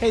Hey,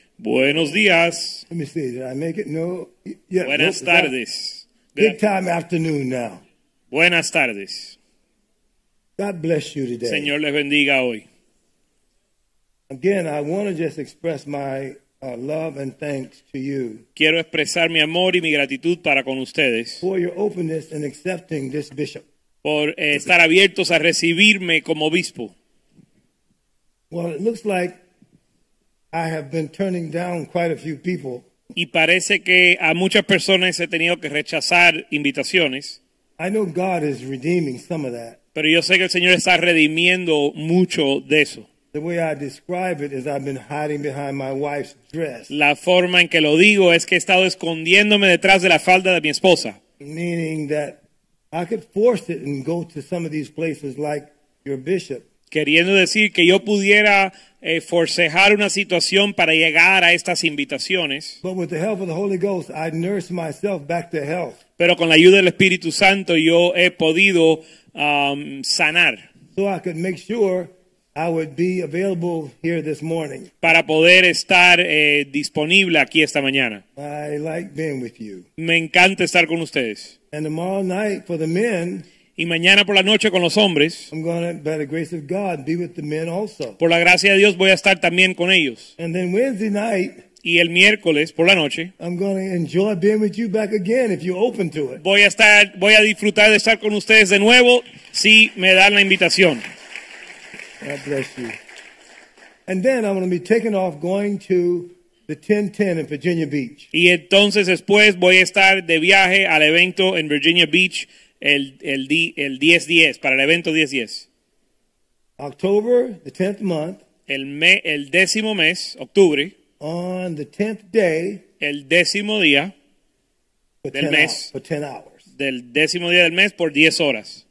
Buenos días, Let me see. Did I make it? No. Yeah, buenas no, it's not- tardes, Big time afternoon now. buenas tardes. God bless you today. Señor les bendiga hoy. Again, I want to just express my uh, love and thanks to you Quiero expresar mi amor y mi gratitud para con ustedes for your openness in accepting this bishop. por eh, estar abiertos a recibirme como obispo. Well, it looks like I have been turning down quite a few people. Y parece que a muchas personas he tenido que rechazar invitaciones, I know God is redeeming some of that. pero yo sé que el Señor está redimiendo mucho de eso. The way I describe it is I've been hiding behind my wife's dress, La forma en que lo digo es que he estado escondiéndome detrás de la falda de mi esposa. meaning that I could force it and go to some of these places like your bishop. queriendo decir que yo pudiera eh, forcejar una situación para llegar a estas invitaciones, But with the help of the Holy Ghost, I nursed myself back to health. pero con la ayuda del Espíritu Santo yo he podido um, sanar So I could make sure I would be available here this morning. para poder estar eh, disponible aquí esta mañana. I like being with you. Me encanta estar con ustedes. And tomorrow night for the men, Y mañana por la noche con los hombres, I'm going to, by the grace of God, be with the men also. por la gracia de Dios voy a estar también con ellos. And then Wednesday night, Y el miércoles por la noche I'm going to enjoy being with you back again if you're open to it. voy a estar, voy a disfrutar de estar con ustedes de nuevo si me dan la invitación. God bless you. And then I'm going to be taking off going to the 1010 in Virginia Beach. Y entonces después voy a estar de viaje al evento en Virginia Beach el, el, di- el 10-10, para el evento 10-10. October, the 10th month, El, me- el décimo mes, octubre, on the 10th day, el décimo día for Del 10 mes. hours- for 10 hours. del décimo día del mes por 10 horas.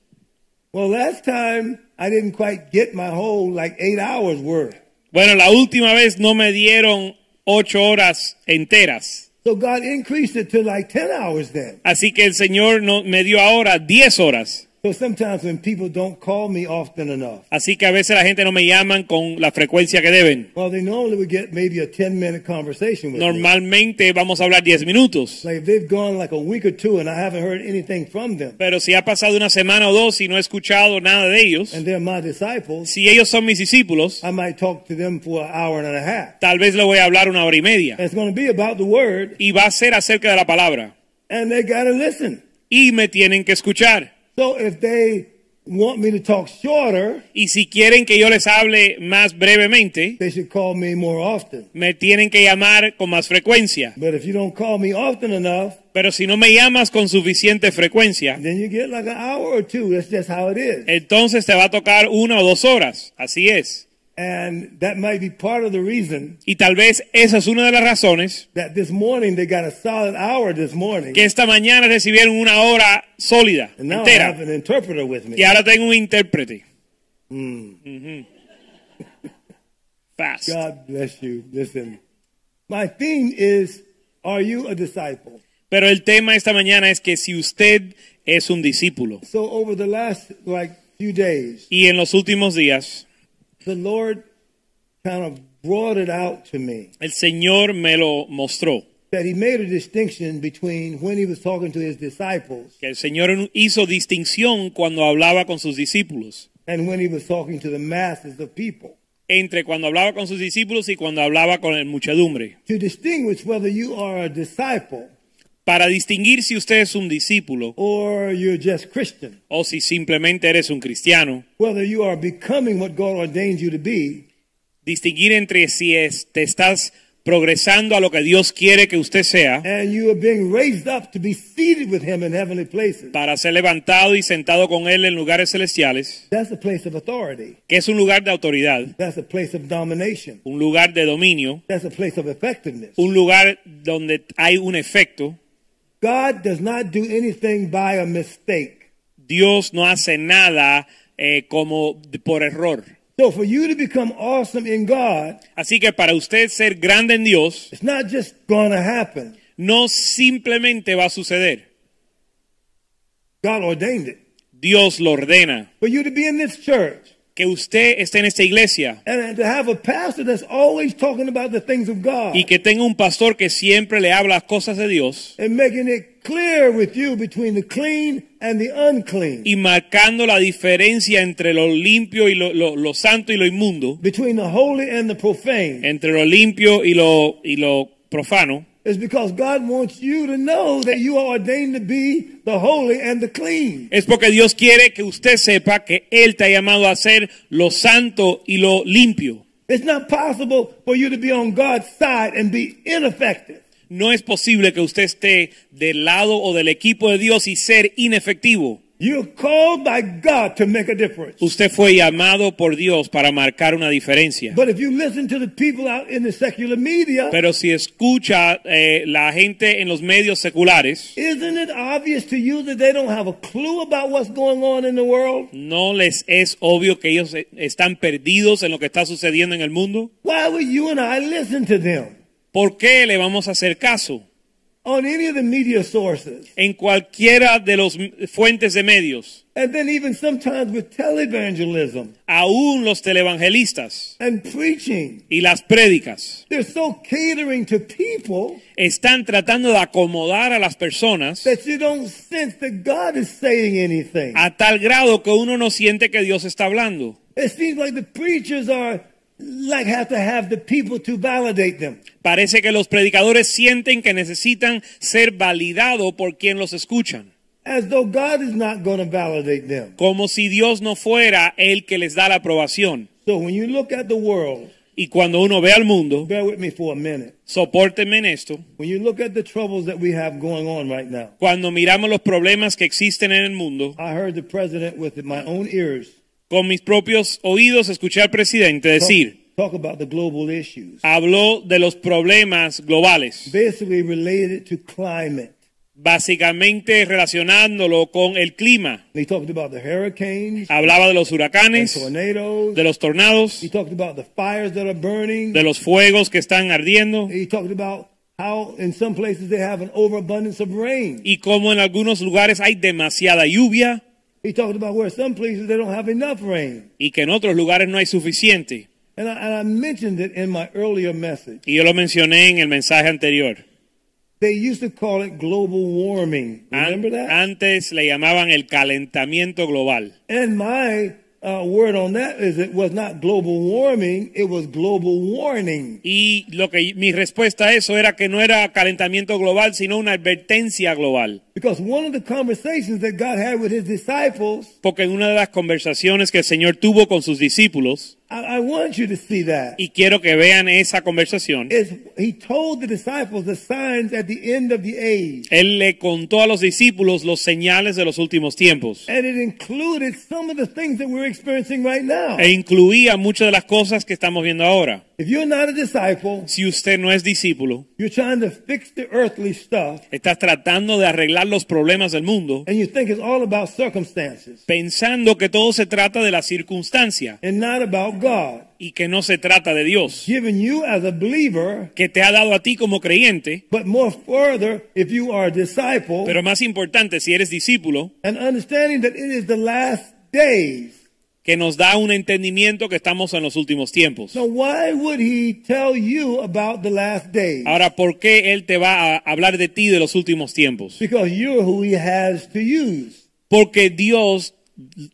Well, last time I didn't quite get my whole like 8 hours worth. Bueno, la última vez no me dieron 8 horas enteras. So God increased it to like 10 hours then. Así que el Señor no, me dio ahora 10 horas. So sometimes when people don't call me often enough, Así que a veces la gente no me llaman con la frecuencia que deben. well, they normally would get maybe a 10 minute conversation with me. Normalmente vamos a hablar 10 minutos. Like if they've gone like a week or two and I haven't heard anything from them Pero si ha pasado una semana o dos y no he escuchado nada de ellos, and they're my disciples, si ellos son mis discípulos, I might talk to them for an hour and a half. tal vez le voy a hablar una hora y media. And it's going to be about the word Y va a ser acerca de la palabra. and they got to listen. Y me tienen que escuchar. So if they want me to talk shorter, Y si quieren que yo les hable más brevemente, they should call me more often. me tienen que llamar con más frecuencia. But if you don't call me often enough, Pero si no me llamas con suficiente frecuencia, then you get like an hour or two. That's just how it is. entonces te va a tocar una o dos horas. Así es. And that might be part of the reason Y tal vez esa es una de las razones that this morning they got a solid hour this morning. que esta mañana recibieron una hora sólida, And now I have entera. an interpreter with me. Y ahora tengo un intérprete. Ujú. Fast. God bless you. Listen, my theme is Are you a disciple? Pero el tema esta mañana es que si usted es un discípulo So, over the last like few days, y en los últimos días the Lord kind of brought it out to me el Señor me lo mostró, that He made a distinction between when He was talking to His disciples que el Señor hizo distinción cuando hablaba con sus discípulos, and when He was talking to the masses of people. entre cuando hablaba con sus discípulos y cuando hablaba con el muchedumbre, to distinguish whether you are a disciple para distinguir si usted es un discípulo or you're just Christian, o si simplemente eres un cristiano, whether you are becoming what God ordained you to be, distinguir entre si es- te estás progresando a lo que Dios quiere que usted sea and you are being raised up to be seated with Him in heavenly places. para ser levantado y sentado con Él en lugares celestiales, That's a place of authority. que es un lugar de autoridad, That's a place of domination. un lugar de dominio, That's a place of effectiveness. un lugar donde hay un efecto. God does not do anything by a mistake. Dios no hace nada eh, como de- por error. So for you to become awesome in God, Así que para usted ser grande en Dios, it's not just going to happen. no simplemente va a suceder. God ordained it. Dios lo ordena. For you to be in this church Que usted esté en esta iglesia and to have a pastor that's always talking about the things of God y que tenga un pastor que siempre le habla las cosas de Dios and making it clear with you between the clean and the unclean, y marcando la diferencia entre lo limpio y lo, lo- lo santo y lo inmundo, between the holy and the profane. entre lo limpio y lo, y lo profano, It's because God wants you to know that you are ordained to be the holy and the clean. es porque Dios quiere que usted sepa que Él te ha llamado a ser lo santo y lo limpio. It's not possible for you to be on God's side and be ineffective. No es posible que usted esté del lado o del equipo de Dios y ser inefectivo. You're called by God to make a difference. Usted fue llamado por Dios para marcar una diferencia. But if you listen to the people out in the secular media, Pero si escucha eh, la gente en los medios seculares, isn't it obvious to you that they don't have a clue about what's going on in the world? ¿no les es obvio que ellos eh, están perdidos en lo que está sucediendo en el mundo? Why would you and I listen to them ¿Por qué le vamos a hacer caso? on any of the media sources? En cualquiera de las fuentes de medios, And then even sometimes with televangelism aún los televangelistas and preaching, y las prédicas, they're so catering to people están tratando de acomodar a las personas that you don't sense that God is saying anything. a tal grado que uno no siente que Dios está hablando. It seems like the preachers are like have to have the people to validate them. Parece que los predicadores sienten que necesitan ser validado por quien los escuchan, as though God is not going to validate them. como si Dios no fuera el que les da la aprobación. So when you look at the world, Y cuando uno ve al mundo, bear with me for a minute. sopórtenme en esto, When you look at the troubles that we have going on right now, cuando miramos los problemas que existen en el mundo, I heard the president with my own ears con mis propios oídos escuché al presidente talk, decir, talk about the global issues, habló de los problemas globales, basically related to climate. básicamente relacionándolo con el clima. He talked about the hurricanes, Hablaba de los and huracanes, tornadoes. de los tornados, He talked about the fires that are burning. de los fuegos que están ardiendo He talked about how in some places they have an overabundance of rain. y cómo en algunos lugares hay demasiada lluvia He talked about where some places they don't have enough rain. y que en otros lugares no hay suficiente. And I, and I mentioned it in my earlier message. Y yo lo mencioné en el mensaje anterior. They used to call it global warming. An- Remember that? antes le llamaban el calentamiento global. and my uh, word on that is it was not global warming, it was global warning. Y lo que mi respuesta a eso era que no era calentamiento global, sino una advertencia global. Because one of the conversations that God had with his disciples, Porque en una de las conversaciones que el Señor tuvo con sus discípulos, I, I want you to see that. y quiero que vean esa conversación, Is he told the disciples the signs at the end of the age. Él le contó a los discípulos los señales de los últimos tiempos. And it included some of the things that we're experiencing right now. e incluía muchas de las cosas que estamos viendo ahora. If you're not a disciple, Si usted no es discípulo, you're trying to fix the earthly stuff. estás tratando de arreglar los problemas del mundo, and you think it's all about circumstances pensando que todo se trata de la circunstancia and not about God, y que no se trata de Dios, given you as a believer, que te ha dado a ti como creyente, but more further, if you are a disciple, pero más importante, si eres discípulo, and understanding that it is the last days. que nos da un entendimiento que estamos en los últimos tiempos. So why would he tell you about the last days? Ahora, ¿por qué Él te va a hablar de ti de los últimos tiempos? Because you're who he has to use. Porque Dios,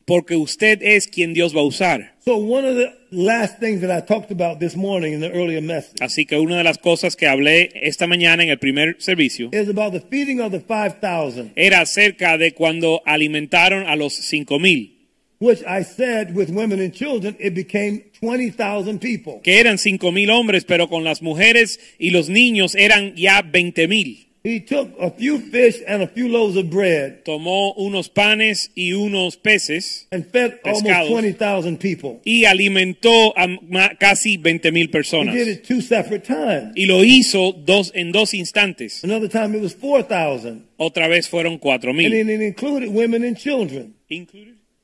porque usted es quien Dios va a usar. So one of the last things that I talked about this morning in the earlier message Así que una de las cosas que hablé esta mañana en el primer servicio is about the feeding of the 5,000. era acerca de cuando alimentaron a los 5000. which I said with women and children, it became 20,000 people. que eran 5.000 hombres, pero con las mujeres y los niños eran ya 20.000. He took a few fish and a few loaves of bread Tomó unos panes y unos peces and fed Pescados. almost 20,000 people. y alimentó a ma- casi 20.000 He did personas. it two separate times. Y lo hizo dos, en dos instantes. Another time it was 4,000. Otra vez fueron And 4.000. then it included women and children.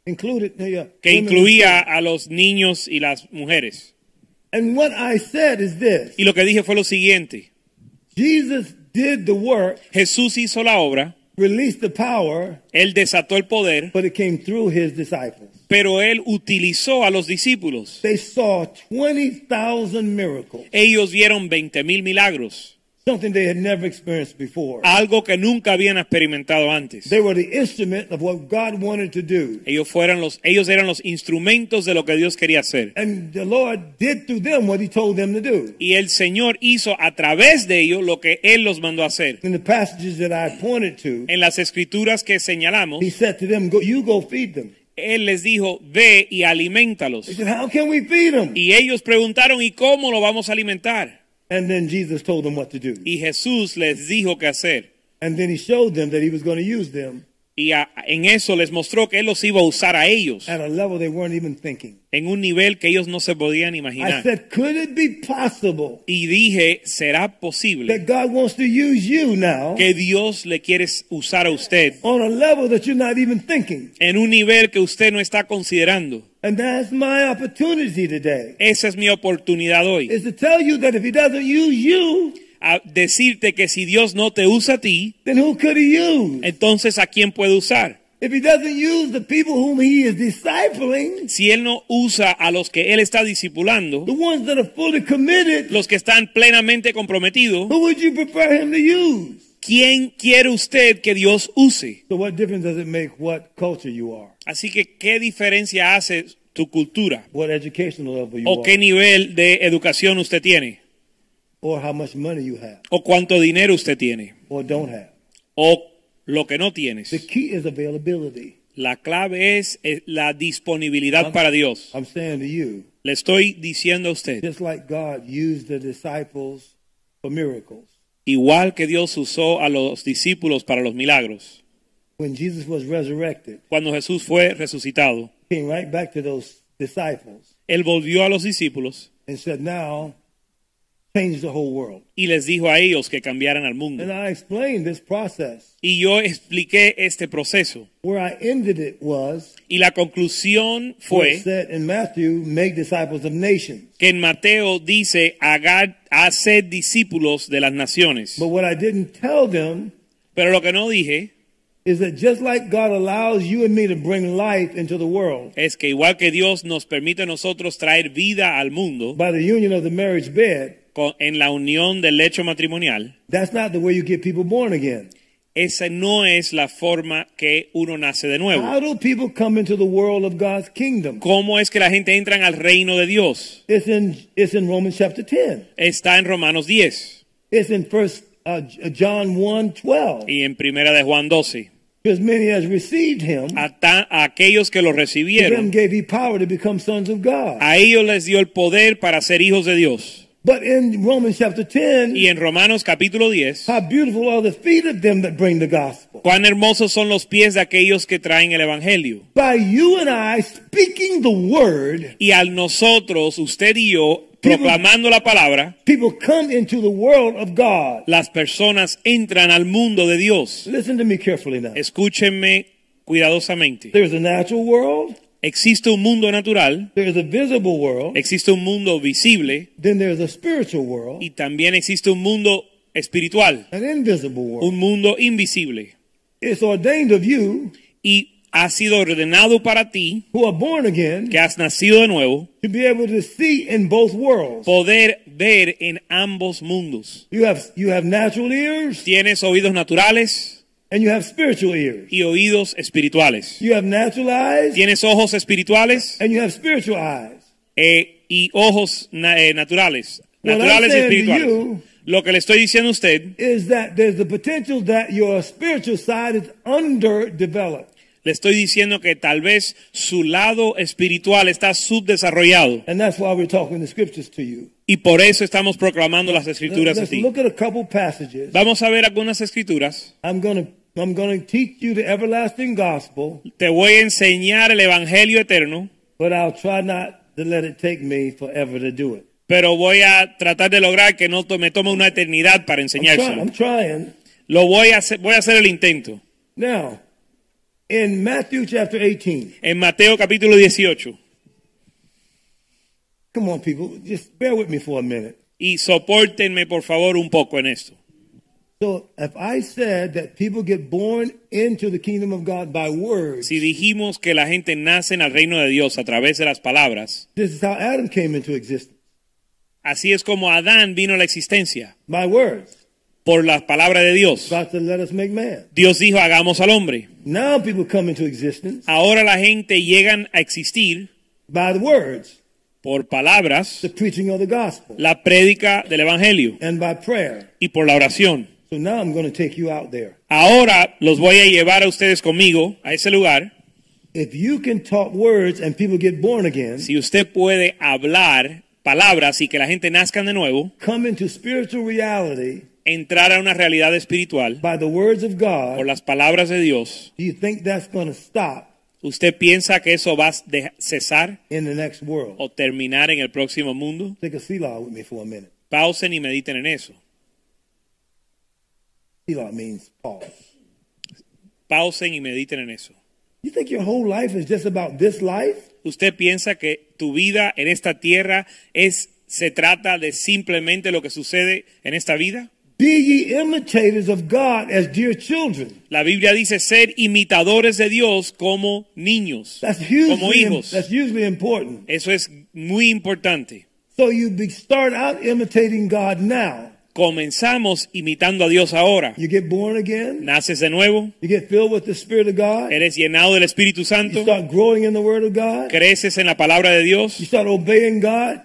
Included, uh, yeah, Que women and incluía a los niños y las mujeres. And what I said is this Y lo que dije fue lo siguiente. Jesus did the work, Jesús hizo la obra, released the power, él desató el poder, but it came through his disciples. pero él utilizó a los discípulos. They saw 20,000 miracles, Ellos vieron 20.000 milagros. something they had never experienced before. algo que nunca habían experimentado antes. They were the instrument of what God wanted to do. Ellos, fueron los, ellos eran los instrumentos de lo que Dios quería hacer. And the Lord did through them what he told them to do. Y el Señor hizo a través de ellos lo que Él los mandó a hacer. In the passages that I pointed to, En las escrituras que señalamos, he said to them, go, You go feed them. Él les dijo, ve y alimentalos. They said, How can we feed them? Y ellos preguntaron, ¿y cómo lo vamos a alimentar? And then Jesus told them what to do. Y Jesús les dijo qué hacer. And then he showed them that he was going to use them Y a- en eso les mostró que Él los iba a usar a ellos, at a level they weren't even thinking. en un nivel que ellos no se podían I imaginar. said, Could it be possible Y dije, ¿será posible that God wants to use you now que Dios le quiere usar a usted? on a level that you're not even thinking? en un nivel que usted no está considerando. And that's my opportunity today. Esa es mi oportunidad hoy. Is to tell you that if he doesn't use you, A decirte que si Dios no te usa a ti, then who could he use? entonces ¿a quién puede usar? If he doesn't use the people whom he is discipling, Si Él no usa a los que Él está discipulando, the ones that are fully committed, los que están plenamente comprometidos, who would you prefer him to use? ¿quién quiere usted que Dios use? So, what difference does it make what culture you are, Así que, ¿qué diferencia hace tu cultura? what educational level you ¿O are, qué nivel de educación usted tiene? or how much money you have ¿O cuánto dinero usted tiene? or don't have? ¿O lo que no The tienes? key is availability. La clave es eh, la disponibilidad para Dios. I'm saying to you, Le estoy diciendo a usted, just like God used the disciples for miracles, igual que Dios usó a los discípulos para los milagros, when Jesus was resurrected, cuando Jesús fue resucitado, he came right back to those disciples Él volvió a los discípulos and said, Now change the whole world. y les dijo a ellos que cambiaran al mundo. And I explained this process. Y yo expliqué este proceso. Where I ended it was Y la conclusión where it fue said in Matthew, make disciples of nations. que en Mateo dice, "Hagad- haced discípulos de las naciones. But what I didn't tell them Pero lo que no dije is that just like God allows you and me to bring life into the world es que igual que Dios nos permite a nosotros traer vida al mundo by the union of the marriage bed, con- en la unión del lecho matrimonial, that's not the way you get people born again. Esa no es la forma que uno nace de How nuevo. do people come into the world of God's kingdom? ¿Cómo es que la gente entra al reino de Dios? It's in it's in Romans chapter 10. Está en Romanos 10 It's in first uh, J- John 1 12. y en Primera de Juan 12. As many as received him, A, ta- a aquellos que lo to them recibieron, gave he power to become sons of God. a ellos les dio el poder para ser hijos de Dios. But in Romans chapter 10, Y en Romanos capítulo 10, how beautiful are the feet of them that bring the gospel. cuán hermosos son los pies de aquellos que traen el Evangelio. By you and I speaking the word, Y a nosotros, usted y yo, proclamando la palabra, people come into the world of God. las personas entran al mundo de Dios. Listen to me carefully now. Escúchenme cuidadosamente. There's a natural world, Existe un mundo natural, there's a visible world, existe un mundo visible then there's a spiritual world, y también existe un mundo espiritual, an invisible world. un mundo invisible. It's ordained of you Y ha sido ordenado para ti, who are born again que has nacido de nuevo, to be able to see in both worlds. poder ver en ambos mundos. You have you have natural ears Tienes oídos naturales and you have spiritual ears. y oídos espirituales. You have natural eyes Tienes ojos espirituales and you have spiritual eyes. eh, y ojos na- eh, naturales. What I'm Naturales y saying to espirituales. you- Lo que le estoy diciendo a usted Is that there's the potential that your spiritual side is underdeveloped. Le estoy diciendo que tal vez su lado espiritual está subdesarrollado And that's why we're talking the scriptures to you. y por eso estamos proclamando las escrituras a Let's ti. look at a couple passages. Vamos a ver algunas escrituras. I'm going to I'm going to teach you the everlasting gospel, Te voy a enseñar el Evangelio eterno, but I'll try not to let it take me forever to do it. pero voy a tratar de lograr que no to- me tome una eternidad para I'm, try- enseñárselo. I'm trying. Lo voy a hacer, voy a hacer el intento. Now, in Matthew chapter 18. En Mateo capítulo 18. Come on people, just bear with me for a minute. Y soportenme por favor un poco en esto. So, if I said that people get born into the kingdom of God by words, Si dijimos que la gente nace en el reino de Dios a través de las palabras, this is how Adam came into existence. así es como Adán vino a la existencia, By words. por la palabra de Dios. God said, let us make man. Dios dijo, hagamos al hombre. Now people come into existence Ahora la gente llegan a existir by the words, por palabras, the preaching of the gospel, la prédica del Evangelio and by prayer. y por la oración. So now I'm going to take you out there. Ahora los voy a llevar a ustedes conmigo a ese lugar. If you can talk words and people get born again, Si usted puede hablar palabras y que la gente nazca de nuevo, come into spiritual reality entrar a una realidad espiritual by the words of por God, las palabras de Dios, do you think that's going to stop ¿usted piensa que eso va a de- cesar in the next world? o terminar en el próximo mundo? Take a Selah with me for a minute. Pausen y mediten en eso. Selah means pause. Pausen y mediten en eso. You think your whole life is just about this life? ¿Usted piensa que tu vida en esta tierra es se trata de simplemente lo que sucede en esta vida? Be ye imitators of God as dear children. La Biblia dice ser imitadores de Dios como niños, That's como hugely, hijos. that's hugely important. Eso es muy importante. So you be, start out imitating God now. Comenzamos imitando a Dios ahora. You get born again. Naces de nuevo, You get filled with the Spirit of God. eres llenado del Espíritu You Santo, start growing in the Word of God. creces en la palabra de You Dios, start obeying God.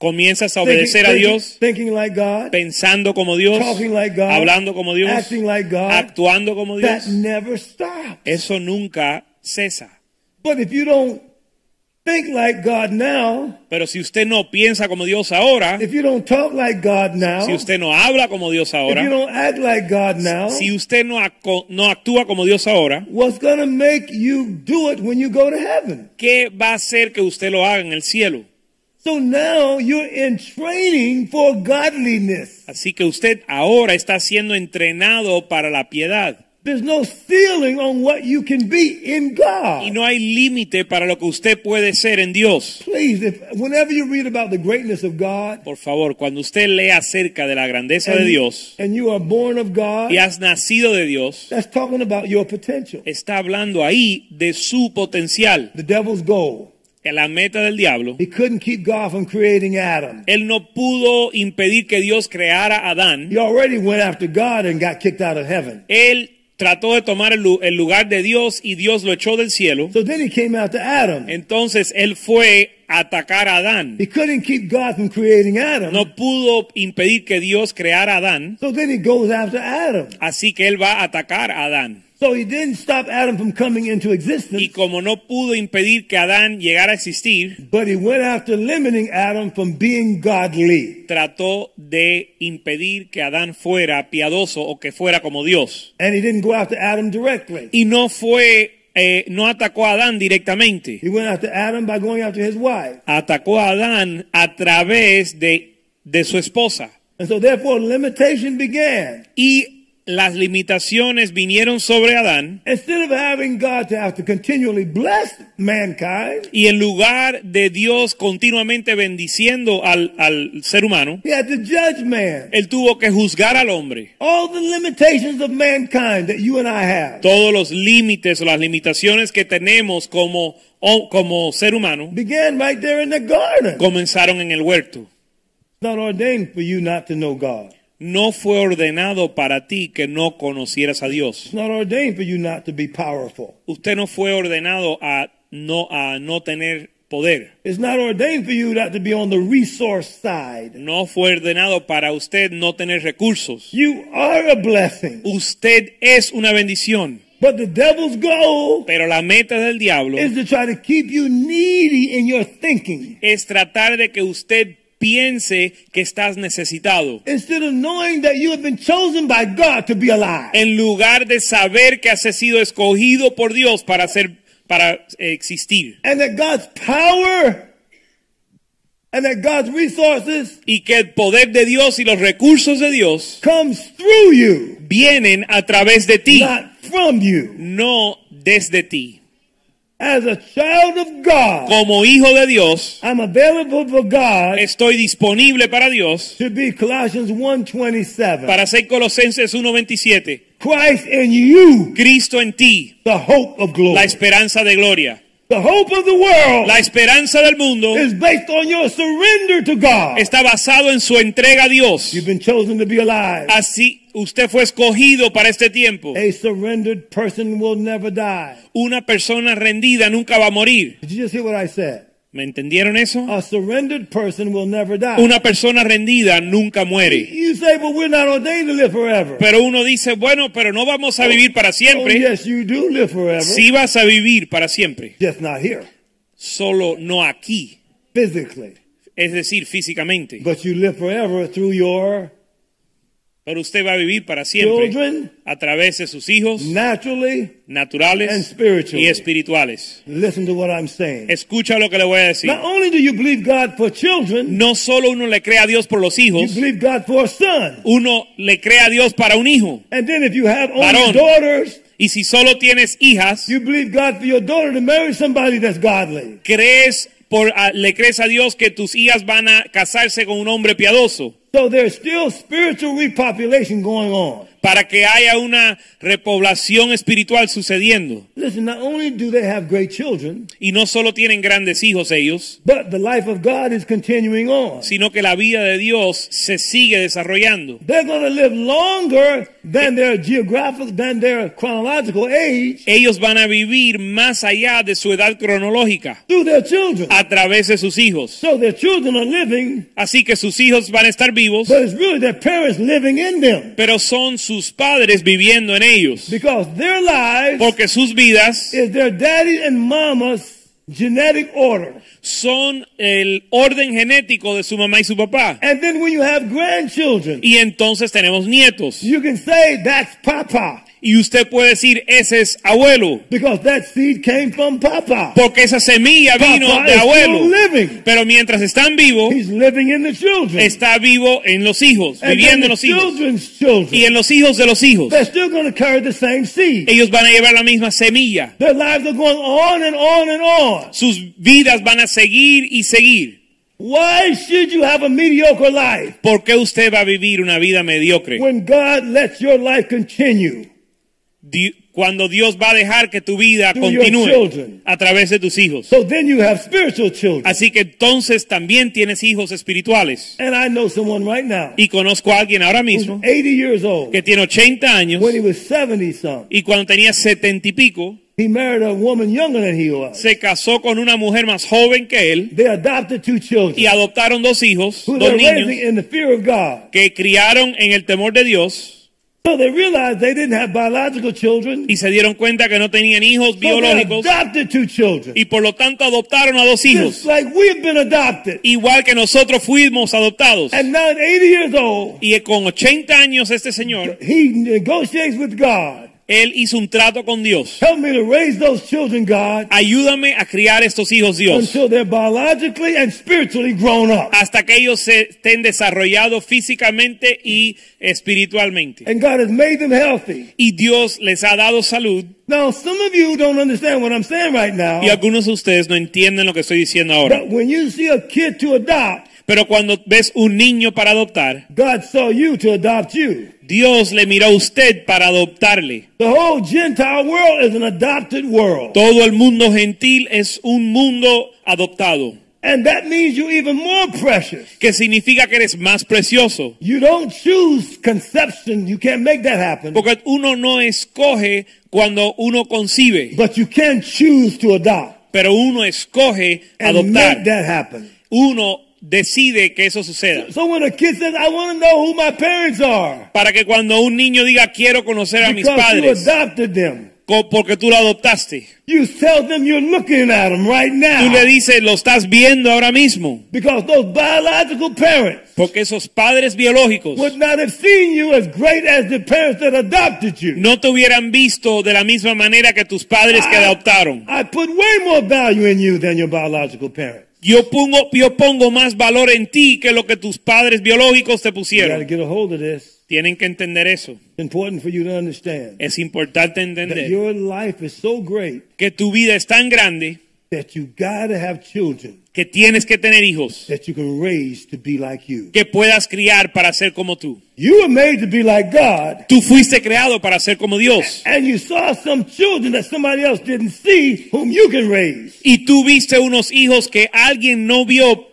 comienzas a obedecer a thinking, Dios, thinking like God. pensando como Dios, Talking like God. hablando como Dios, Acting like God. actuando como Dios. That never stops. Eso nunca cesa. But if you don't think like God now, Pero si usted no piensa como Dios ahora, if you don't talk like God now, si usted no habla como Dios if you ahora, don't act like God now, si usted no, aco- no actúa como Dios ahora, what's going to make you do it when you go to heaven? ¿qué va a hacer que usted lo haga en el cielo? So now you're in training for godliness. Así que usted ahora está siendo entrenado para la piedad. There's no ceiling on what you can be in Y God. no hay límite para lo que usted puede ser en Dios. Please, if, whenever you read about the greatness of God Por favor, cuando usted lea acerca de la grandeza de and, Dios and you are born of God, y has nacido de Dios, that's talking about your potential. está hablando ahí de su potencial. The devil's goal. Que La meta del diablo He couldn't keep God from creating Adam. Él no pudo impedir que Dios creara a Adán. He already went after God and got kicked out of heaven. Él trató de tomar el, lu- el lugar de Dios y Dios lo echó del cielo. So then he came after Adam. Entonces él fue a atacar a Adán. He couldn't keep God from creating Adam. No pudo impedir que Dios creara a Adán. So then he goes after Adam. Así que él va a atacar a Adán. So he didn't stop Adam from coming into Y existence, como no pudo impedir que Adán llegara a existir, but he went after limiting Adam from being godly. trató de impedir que Adán fuera piadoso o que fuera como Dios. And he didn't go after Adam directly. Y no fue, eh, no atacó a Adán directamente. He went after Adam by going after his wife. atacó a Adán a través de, de su esposa. And so therefore limitation began. Y las limitaciones vinieron sobre Adán. Instead of having God to have to continually bless mankind, Y en lugar de Dios continuamente bendiciendo al, al ser humano, he had to judge man. él tuvo que juzgar al hombre. All the limitations of mankind that you and I have Todos los límites o las limitaciones que tenemos como, o- como ser humano began right there in the garden. comenzaron en el huerto. It's not ordained for you not to know God. No fue ordenado para ti que no conocieras a Dios. It's not ordained for you not to be powerful. Usted no fue ordenado a no, a no tener poder. It's not ordained for you not to be on the resource side. No fue ordenado para usted no tener recursos. You are a blessing. Usted es una bendición. But the devil's goal Pero la meta del diablo is to try to keep you needy in your thinking. es tratar de que usted piense que estás necesitado. Instead of knowing that you have been chosen by God to be alive. En lugar de saber que has sido escogido por Dios para ser para eh, existir And that God's power and that God's resources y que el poder de Dios y los recursos de Dios comes through you, vienen a través de ti, not from you. no desde ti. As a child of God, Como hijo de Dios, I'm available for God estoy disponible para Dios to be Colossians 1:27. para ser Colosenses 1:27. Christ in you, Cristo en ti, the hope of la glory. esperanza de gloria. The hope of the world La esperanza del mundo is based on your surrender to God. está basado en su entrega a Dios. You've been chosen to be alive. Así usted fue escogido para este tiempo. A surrendered person will never die. Una persona rendida nunca va a morir. Did you just hear what I said? ¿Me entendieron eso? A surrendered person will never die. Una persona rendida nunca muere. You say, but we're not ordained to live forever. Pero uno dice, bueno, pero no vamos a vivir para Oh, siempre. yes, you do live forever. Sí vas a vivir para siempre, Just not here, solo no aquí, physically. es decir, físicamente. But you live forever through your Pero usted va a vivir para siempre children, a través de sus hijos naturally. and naturales spiritually. y espirituales. Listen to what I'm saying. Escucha lo que le voy a decir. Not only do you believe God for children, No solo uno le crea a Dios por los you hijos, believe God for a son. uno le crea a Dios para un hijo. And then if you have only Varón. daughters, Y si solo tienes hijas, you believe God for your daughter to marry somebody that's godly. crees por, a- le crees a Dios que tus hijas van a casarse con un hombre piadoso So there's still spiritual repopulation going on. para que haya una repoblación espiritual sucediendo. Listen, not only do they have great children, Y no solo tienen grandes hijos ellos, but the life of God is continuing on. sino que la vida de Dios se sigue desarrollando. They're going to live longer than their geographical, than their chronological age Ellos van a vivir más allá de su edad cronológica through their children. a través de sus hijos. So their children are living, Así que sus hijos van a estar vivos, but it's really their parents living in them pero son sus padres viviendo en ellos. because their lives Porque sus vidas is their daddy and mama's genetic order. son el orden genético de su mamá y su papá. And then when you have grandchildren, Y entonces tenemos nietos. you can say that's Papa Y usted puede decir, ese es abuelo, because that seed came from Papa. porque esa semilla vino Papa de is abuelo. still living. Pero mientras están vivos, He's living in the children. está vivo en los hijos, and then viviendo en the los hijos. children's children. Y en los hijos de los hijos. They're still going to carry the same seed. Ellos van a llevar la misma semilla. Their lives are going on and on and on. Sus vidas van a seguir y seguir. Why should you have a mediocre life ¿Por qué usted va a vivir una vida mediocre? when God lets your life continue? Di- Cuando Dios va a dejar que tu vida Through your continúe children. a través de tus hijos. So then you have spiritual children. Así que entonces también tienes hijos espirituales. And I know someone right now Y conozco a alguien ahora who's mismo 80 years old. que tiene 80 años When he was 70 something, y cuando tenía 70 y pico he married a woman younger than he was. se casó con una mujer más joven que él They adopted two y children adoptaron dos hijos, who dos they're raising niños in the fear of God. que criaron en el temor de Dios So they realized they didn't have biological children. y se dieron cuenta que no tenían hijos So they biológicos adopted two children. y por lo tanto adoptaron a dos Just hijos, like we've been adopted. igual que nosotros fuimos adoptados. And now at 80 years old, Y con 80 años este señor, he negotiates with God. él hizo un trato con Dios. Help me to raise those children, God, Ayúdame a criar estos hijos, Dios. until they're biologically and spiritually grown up. hasta que ellos se estén desarrollados físicamente y espiritualmente. And God has made them healthy. Y Dios les ha dado salud. Now, some of you don't understand what I'm saying right Y now. algunos de ustedes no entienden lo que estoy diciendo ahora. But when you see a kid to adopt, Pero cuando ves un niño para adoptar, God saw you to adopt you. Dios le miró a usted para adoptarle. The whole Gentile world is an adopted world. Todo el mundo gentil es un mundo adoptado, And that means you're even more precious. que significa que eres más precioso. You don't choose conception. You can't make that happen. Porque uno no escoge cuando uno concibe, But you can choose to adopt pero uno escoge and make adoptar. that happen. Uno decide que eso suceda. So when a kid says, I want to know who my parents are, para que cuando un niño diga quiero conocer a mis because you padres adopted them, co- porque tú lo adoptaste. You tell them you're looking at them right Tú le now. dices, lo estás viendo ahora mismo. Because those biological parents Porque esos padres biológicos would not have seen you as great as the parents that adopted you. no te hubieran visto de la misma manera que tus padres que adoptaron. I put way more value in you than your biological parents. Yo pongo, yo pongo más valor en ti que lo que tus padres biológicos te You got to pusieron. get a hold of this. Tienen que entender eso. It's important for you to understand Es importante that entender your life is so great que tu vida es tan grande that you got to have children que tienes que tener hijos that you can raise to be like you. que puedas criar para ser como tú. You were made to be like God, Tú fuiste creado para ser como Dios. and you saw some children that somebody else didn't see whom you can raise. Y tú viste unos hijos que alguien no vio,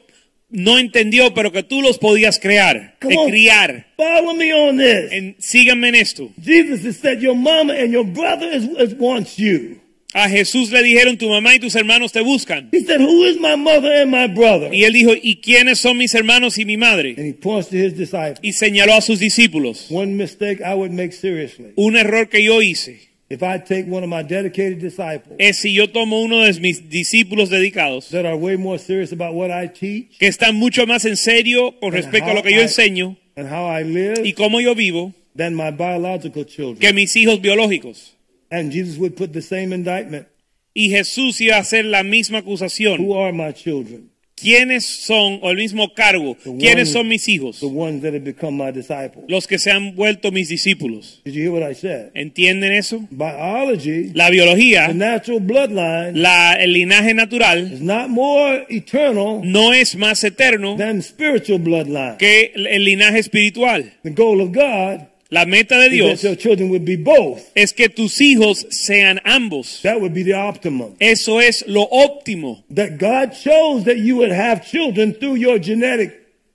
no entendió, pero que tú los podías crear, Come de on. criar. Follow me on this. En- síganme en esto. Jesus has said your mama and your brother is, is wants you. A Jesús le dijeron, tu mamá y tus hermanos te buscan. He said, Who is my mother and my brother? Y él dijo, ¿y quiénes son mis hermanos y mi madre? And he points to his disciples. Y señaló a sus discípulos. One mistake I would make seriously. Un error que yo hice If I take one of my dedicated disciples es si yo tomo uno de mis discípulos dedicados, that are way more serious about what I teach que están mucho más en serio con respecto a lo que yo enseño and how I live y cómo yo vivo, than my biological children. que mis hijos biológicos. And Jesus would put the same indictment. Y Jesús iba a hacer la misma acusación. Who are my children? ¿Quiénes son, o el mismo cargo, The quiénes ones- son mis hijos? The ones that have become my disciples. Los que se han vuelto mis discípulos. Did you hear what I said? ¿Entienden eso? Biology, La biología, the natural bloodline, la, el linaje natural, is not more eternal no es más eterno than spiritual bloodline. que el el linaje espiritual. The goal of God La meta de is that Dios your children would be both. es que tus hijos sean ambos. That would be the optimum. Eso es lo óptimo. That God chose that you would have children through your genetic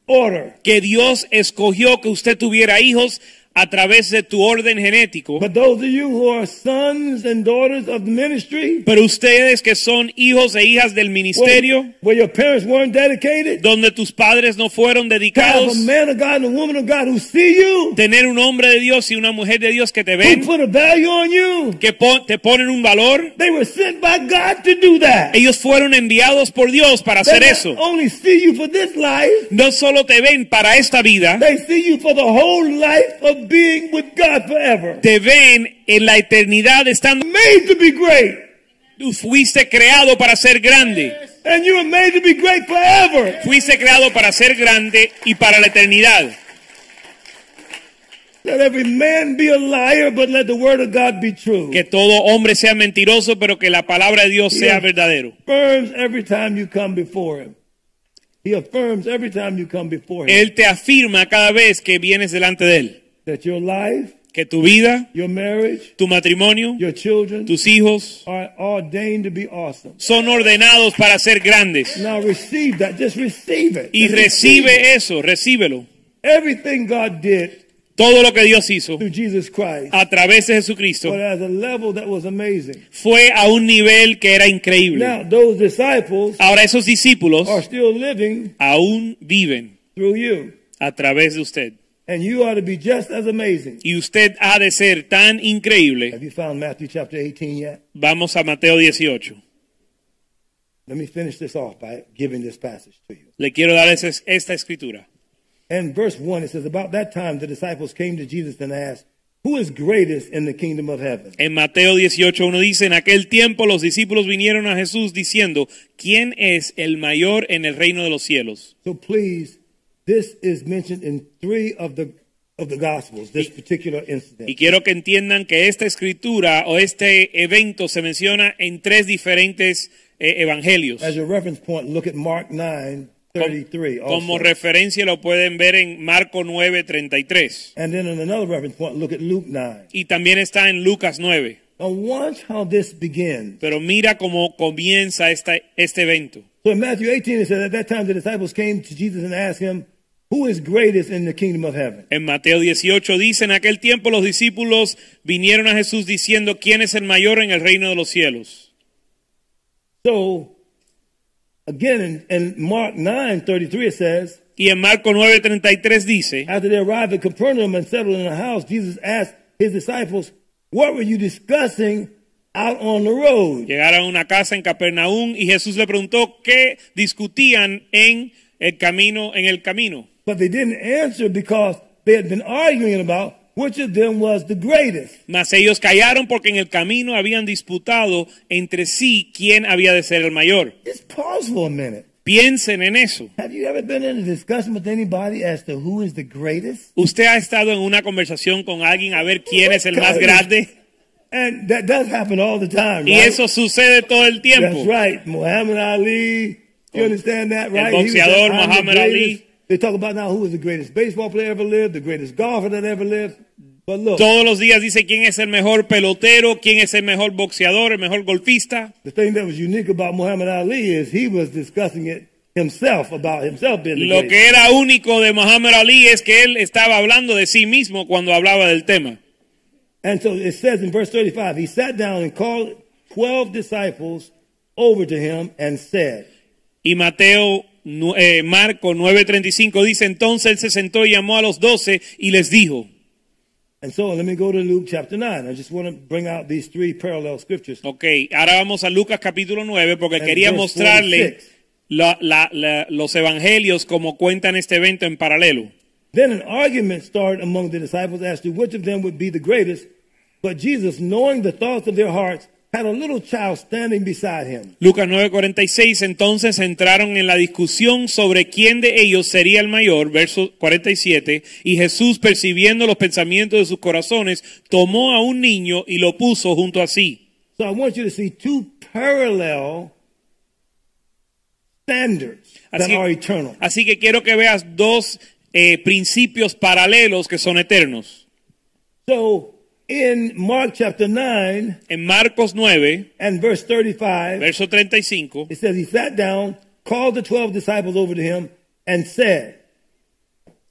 order. Que Dios escogió que usted tuviera hijos a través de tu orden genético. But those of you who are sons and daughters of the ministry, Pero ustedes que son hijos e hijas del ministerio, where, where your parents weren't dedicated, donde tus padres no fueron to have a dedicados, man of God and a woman of God who see you, tener un hombre de Dios y una mujer de Dios que te who ven, put a value on you, que pon- te ponen un valor. they were sent by God to do that. Ellos fueron enviados por Dios para They hacer eso. not only see you for this life, No solo te ven para esta vida, they see you for the whole life of being with God forever. te ven en la eternidad estando. Made to be great. Tú fuiste creado para ser grande. And you were made to be great forever. Fuiste creado para ser grande y para la eternidad. Let every man be a liar, but let the word of God be true. Que todo hombre sea mentiroso, pero que la palabra de Dios Yeah. sea verdadero. affirms every time you come before him. He affirms every time you come before him Él te afirma cada vez que vienes delante de Él. that your life, Que tu vida, your marriage, tu matrimonio, your children tus hijos are ordained to be awesome. son ordenados para ser grandes. Now receive that. Just receive it. Y Just receive it. recibe eso, recíbelo. everything God did Todo lo que Dios hizo through Jesus Christ, a través de Jesucristo but at a level that was amazing. fue a un nivel que era Now increíble. those disciples Ahora esos discípulos are still living aún viven through you, a través de usted. and you are to be just as amazing. Y usted ha de ser tan increíble Have you found Matthew chapter 18 yet? Vamos a Mateo 18. Let me finish this off by giving this passage to you. Le quiero dar ese- esta escritura. And verse 1, it says, About that time the disciples came to Jesus and asked, Who is greatest in the kingdom of heaven? En Mateo 18 uno dice, en aquel tiempo los discípulos vinieron a Jesús diciendo, ¿quién es el mayor en el reino de los cielos? So please, this is mentioned in three of the of the gospels, this particular Y incident. quiero que entiendan que esta escritura o este evento se menciona en tres diferentes eh, evangelios. As a reference point, look at Mark 9, 33. Como also. referencia lo pueden ver en Marco 9, 33. And then in another reference point, look at Luke 9. Y también está en Lucas 9. Now watch how this begins. Pero mira cómo comienza esta, este evento. So in Matthew 18, it says, At that time the disciples came to Jesus and asked him, Who is greatest in the kingdom of heaven? En Mateo 18 dice, en aquel tiempo los discípulos vinieron a Jesús diciendo, ¿quién es el mayor en el reino de los cielos? So again in, in Mark 9, 33, it says, Y en Marco 9:33 dice, After they arrived at Capernaum and settled in a house, Jesus asked his disciples, What were you discussing out on the road. Llegaron a una casa en Capernaum y Jesús le preguntó qué discutían en el camino, en el camino. But they didn't answer because they had been arguing about which of them was the greatest. Mas ellos callaron porque en el camino habían disputado entre sí quién había de ser el mayor. Just pause for a minute. Piensen en eso. Have you ever been in a discussion with anybody as to who is the greatest? ¿Usted ha estado en una conversación con alguien a ver quién es el más grande? And that does happen all the time, Y right? eso sucede todo That's el tiempo. Oh. right. Muhammad Ali. You understand that, right? He was boxeador saying, "I'm the Muhammad Ali." greatest." They talk about now who was the greatest baseball player ever lived, the greatest golfer that ever lived. But look, Todos los días dice quién es el mejor pelotero, quién es el mejor boxeador, el mejor golfista. the thing that was unique about Muhammad Ali is he was discussing it himself about himself being the Lo greatest. que era único de Muhammad Ali es que él estaba hablando de sí mismo cuando hablaba del tema. And so it says in verse 35, he sat down and called 12 disciples over to him and said, Y Mateo, nu- eh, Marco 9:35 dice, entonces él se sentó y llamó a los doce y les dijo. and so let me go to Luke chapter 9. I just want to bring out these three parallel scriptures. Ok, ahora vamos a Lucas capítulo 9 porque And quería verse mostrarle 46. la- la- la- los evangelios como cuentan este evento en paralelo. Then an argument started among the disciples as to which of them would be the greatest. But Jesus, knowing the thoughts of their hearts, had a little child standing beside him. Lucas 9:46, entonces entraron en la discusión sobre quién de ellos sería el mayor, verso 47, y Jesús, percibiendo los pensamientos de sus corazones, tomó a un niño y lo puso junto a sí. So I want you to see two parallel standards that Así- are eternal. Así que quiero que veas dos eh, principios paralelos que son eternos. So in Mark chapter 9 En Marcos 9, and verse 35, verso 35, it says, He sat down, called the 12 disciples over to him, and said,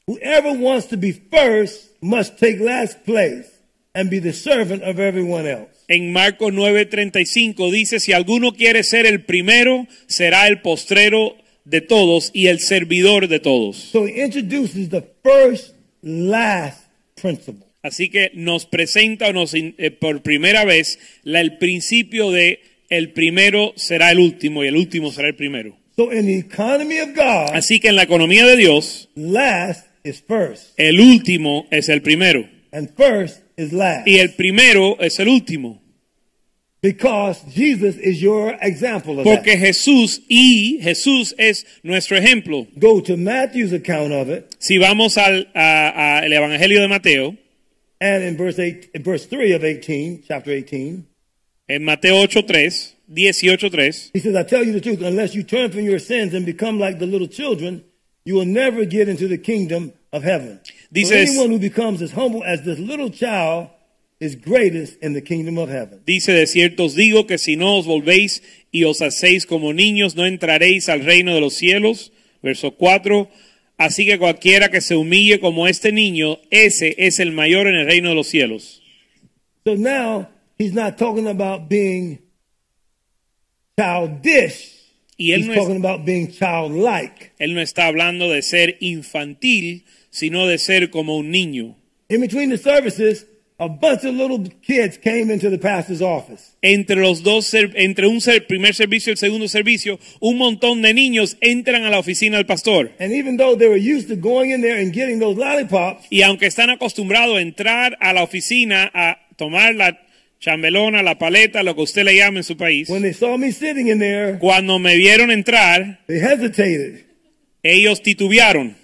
Whoever wants to be first must take last place and be the servant of everyone else. en Marcos 9:35 dice, si alguno quiere ser el primero, será el postrero de todos y el servidor de todos. So he introduces the first last principle. Así que nos presenta o nos in- eh, por primera vez la- el principio de el primero será el último y el último será el primero. So in the economy of God, Así que en la economía de Dios, last is first, el último es el primero and first is last. y el primero es el último. Because Jesus is your example of Porque that. Jesús y Jesús es nuestro ejemplo. Go to Matthew's account of it, Si vamos al a- a el Evangelio de Mateo, and in verse eight, in verse three of eighteen, chapter eighteen, en Mateo 8.3, 18.3, he says, "I tell you the truth, unless you turn from your sins and become like the little children, you will never get into the kingdom of heaven. Dice- For anyone who becomes as humble as this little child is greatest in the kingdom of heaven." Dice, de cierto os digo que si no os volvéis y os hacéis como niños, no entraréis al reino de los cielos. Verso 4. Así que cualquiera que se humille como este niño, ese es el mayor en el reino de los cielos. So now he's not talking about being childish. Y él He's no, es- talking about being childlike. él no está hablando de ser infantil, sino de ser como un niño. In between the services, a bunch of little kids came into the pastor's office. Entre los dos, ser- entre un ser- primer servicio y el segundo servicio, un montón de niños entran a la oficina del pastor. And even though they were used to going in there and getting those lollipops, Y aunque están acostumbrados a entrar a la oficina a tomar la chambelona, la paleta, lo que usted le llama en su país, when they saw me sitting in there, cuando me vieron entrar, they hesitated. ellos titubearon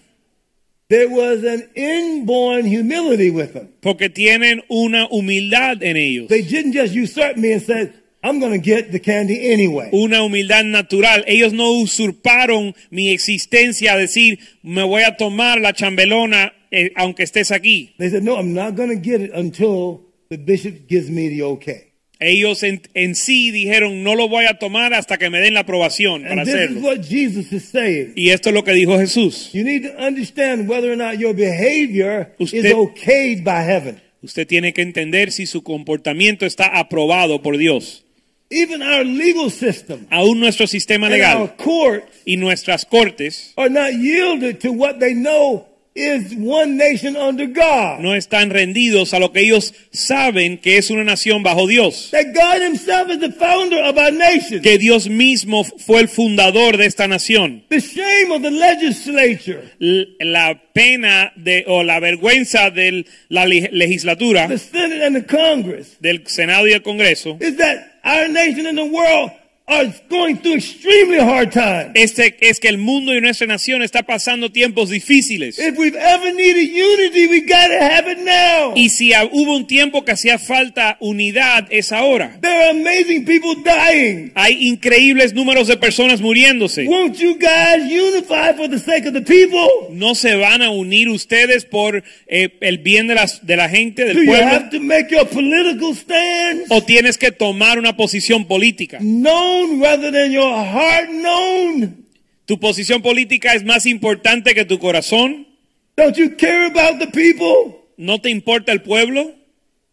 There was an inborn humility with them. porque tienen una humildad en ellos, They didn't just usurp me and said, I'm going to get the candy anyway. una humildad natural. Ellos no usurparon mi existencia a decir, me voy a tomar la chambelona eh, aunque estés aquí. They said, No, I'm not going to get it until the bishop gives me the okay. Ellos en, en sí dijeron, no lo voy a tomar hasta que me den la aprobación para And this is hacerlo. what Jesus is saying. Y esto es lo que dijo Jesús. You need to understand whether or not your behavior is Usted- okayed by heaven. Usted tiene que entender si su comportamiento está aprobado por Dios. Even our legal system Aún nuestro sistema and our legal courts y nuestras cortes are not yielded to what they know is one nation under God. No están rendidos a lo que ellos saben que es una nación bajo Dios. That God Himself is the founder of our nation. Que Dios mismo fue el fundador de esta nación. The shame of the legislature, L- La pena de, o la vergüenza de la le- legislatura, the Senate, and the Congress del Senado y el Congreso, is that our nation and the world are going through extremely hard times. este, es que el mundo y nuestra nación está pasando tiempos difíciles. If we've ever needed unity, we gotta have it now. Y si ha- hubo un tiempo que hacía falta unidad, es ahora. There are amazing people dying. Hay increíbles números de personas muriéndose. Won't you guys unify for the sake of the people? No se van a unir ustedes por eh, el bien de, las, de la gente, Do del you pueblo, have to make your political stand o tienes que tomar una posición política. known rather than your heart known? Tu posición política es más importante que tu corazón. Don't you care about the people? No te importa el pueblo,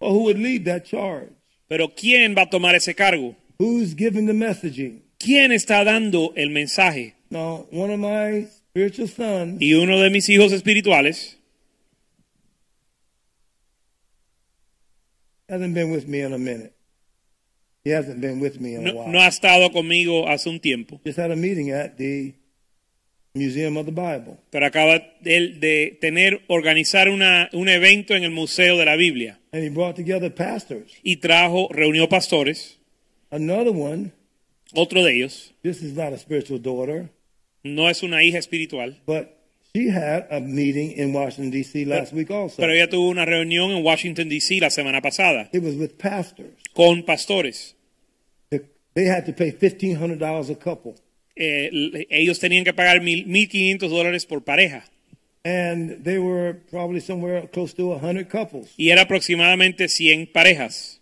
Or who would lead that charge? pero ¿quién va a tomar ese cargo? Who's giving the messaging? ¿Quién está dando el mensaje? Now, one of my spiritual sons Y uno de mis hijos espirituales hasn't been with me in a minute. He hasn't been with me in a no, while. no ha estado conmigo hace un tiempo, Just had a meeting at the Museum of the Bible. pero acaba él de tener, organizar una- un evento en el Museo de la Biblia And he brought together pastors. y trajo, reunió pastores, Another one, otro de ellos, this is not a spiritual daughter, no es una hija espiritual, but she had a meeting in Washington, D.C. last week also. pero ella tuvo una reunión en Washington, D.C. la semana pasada It was with pastors. con pastores. The- They had to pay $1,500 a couple. Eh, l- ellos tenían que pagar mil- 1.500 dólares por pareja And they were probably somewhere close to 100 couples y era aproximadamente 100 parejas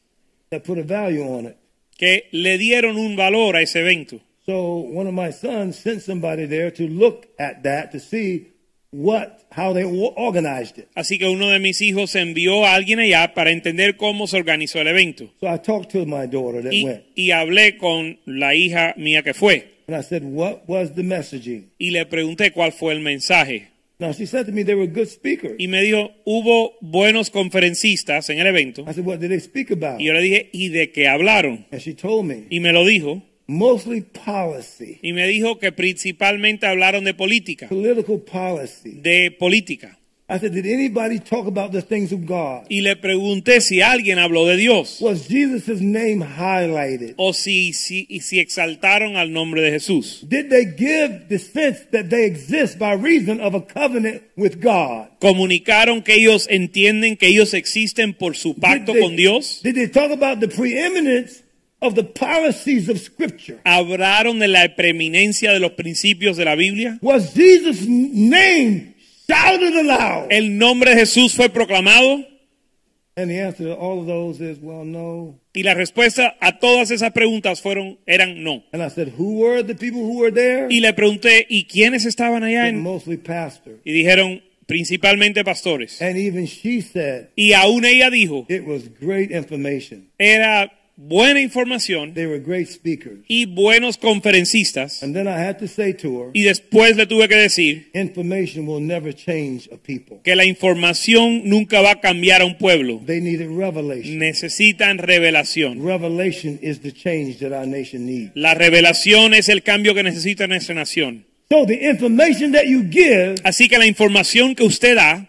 that put a value on it. que le dieron un valor a ese evento. So one of my sons sent somebody there to look at that to see what how they wa- organized it. Así que uno de mis hijos envió a alguien allá para entender cómo se organizó el evento. So I talked to my daughter that Y, went, y hablé con la hija mía que fue and I said, "What was the messaging?" y le pregunté cuál fue el mensaje. Now she said to me, "They were good speakers." Y me dijo, hubo buenos conferencistas en el evento. I said, "What did they speak about?" Y yo le dije, ¿y de qué hablaron? And she told me, Y me lo dijo. "Mostly policy, Y me dijo que principalmente hablaron de política. political policy." De política. I said, "Did anybody talk about the things of God? Y le pregunté si alguien habló de Dios. Was Jesus' name highlighted? O si, si, y si exaltaron al nombre de Jesús. Did they give the sense that they exist by reason of a covenant with God?" Comunicaron que ellos entienden que ellos existen por su pacto Did they- con Dios. Did they talk about the preeminence of the policies of Scripture? Hablaron de la preeminencia de los principios de la Biblia. Was Jesus' name shouted aloud? El nombre de Jesús fue proclamado. And the answer to all of those is, well, no. Y la respuesta a todas esas preguntas fueron, eran no. And I said, who were the people who were there? Y le pregunté, ¿y quiénes estaban allá en, Mostly pastors. Y dijeron, principalmente pastores. And even she said Y aún ella dijo, it was great information. era buena información They were great speakers. y buenos conferencistas. And then I had to say to her, Y después le tuve que decir information will never change a people. que la información nunca va a cambiar a un pueblo. They needed revelation. Necesitan revelación. Revelation is the change that our nation needs. La revelación es el cambio que necesita nuestra nación. So the information that you give Así que la información que usted da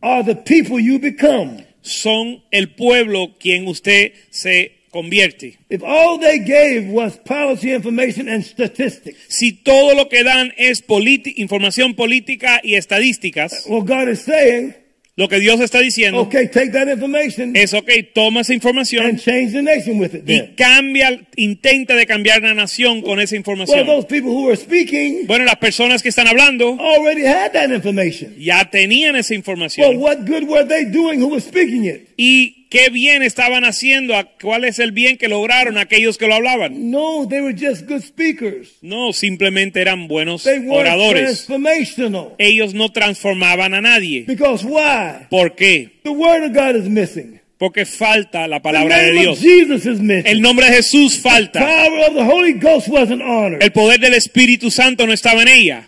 are the people you become. son el pueblo quien usted se convierte. If all they gave was policy information and statistics, Si todo lo que dan es politi- información política y estadísticas, well, God is saying, Lo que Dios está diciendo okay, take that information es, ok, toma Oh. and esa información change the nation with it y then. cambia, intenta de cambiar la nación con esa Well, información. those Oh. people who are speaking Bueno, las personas que están hablando already had that information. ya tenían esa Well, información. what good were they doing who was speaking it? ¿Y qué bien estaban haciendo? ¿A- ¿Cuál es el bien que lograron aquellos que lo hablaban? No, they were just good speakers. No, simplemente eran buenos They weren't oradores. transformational. Ellos no transformaban a nadie. Because why? ¿Por qué? The word of God is missing. Porque falta la The palabra de name of Dios. Jesus is El missing. nombre de Jesús falta. Power of the Holy Ghost wasn't honored. El poder del Espíritu Santo no estaba en ella.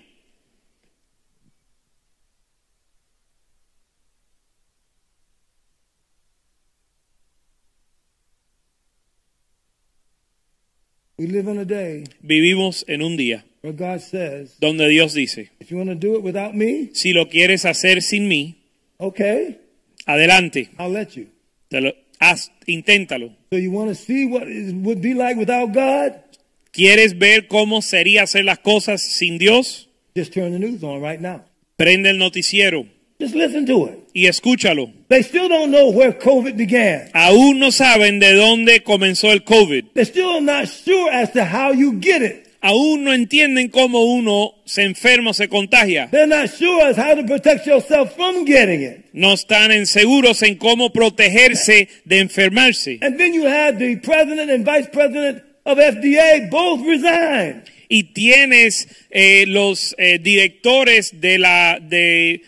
We live in a day Vivimos en un día where God says, donde Dios dice, if you want to do it without me, si lo quieres hacer sin mí, okay, adelante, I'll let you. te lo- haz, inténtalo. So you want to see what it would be like without God? ¿Quieres ver cómo sería hacer las cosas sin Dios? Just turn the news on right now. Prende el noticiero Just listen to it. y escúchalo. They still don't know where COVID began. Aún no saben de dónde comenzó el COVID. They're still not sure as to how you get it. Aún no entienden cómo uno se enferma o se contagia. They're not sure as how to protect yourself from getting it. No están en seguros en cómo protegerse de enfermarse. And then you have the president and vice president of FDA both resign. Y tienes eh, los eh, directores de, la, de,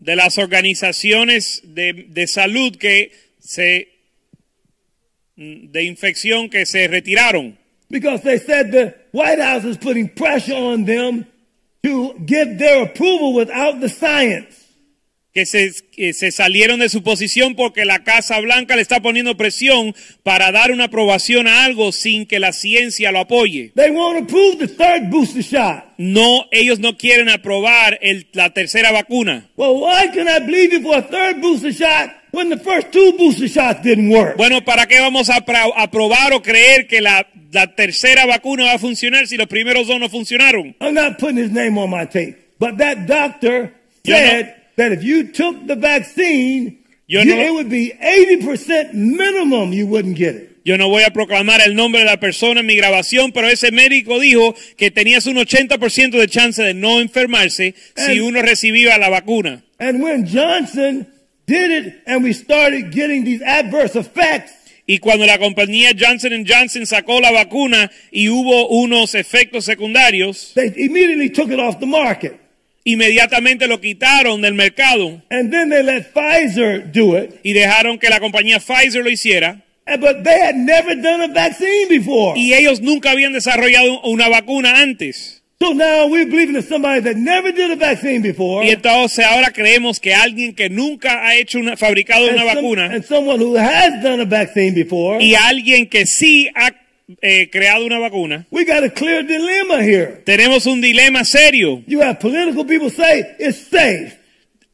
de las organizaciones de, de salud que se de infección que se retiraron. Because they said the White House is putting pressure on them to give their approval without the science. que se, que se salieron de su posición porque la Casa Blanca le está poniendo presión para dar una aprobación a algo sin que la ciencia lo apoye. They won't approve the third booster shot. No, ellos no quieren aprobar el- la tercera vacuna. Well, why can I believe you for a third booster shot when the first two booster shots didn't work? Bueno, ¿para qué vamos a apro- aprobar o creer que la, la tercera vacuna va a funcionar si los primeros dos no funcionaron? I'm not putting his name on my tape, but that doctor Yo no- said that if you took the vaccine, Yo you- no- it would be 80% minimum you wouldn't get it. Yo no voy a proclamar el nombre de la persona en mi grabación, pero ese médico dijo que tenías un 80% de chance de no enfermarse si And- uno recibía la vacuna. And when Johnson did it and we started getting these adverse effects, Y cuando la compañía Johnson Johnson sacó la vacuna y hubo unos efectos secundarios, they immediately took it off the market. inmediatamente lo quitaron del mercado And then they let Pfizer do it. y dejaron que la compañía Pfizer lo hiciera. And- But they had never done a vaccine before. Y ellos nunca habían desarrollado una vacuna antes. So now we're believing in somebody that never did a vaccine before. Y entonces ahora creemos que alguien que nunca ha hecho una, fabricado and, una some- vacuna and someone who has done a vaccine before. y alguien que sí ha eh, creado una vacuna, We got a clear dilemma here. tenemos un dilema serio. You have political people say it's safe.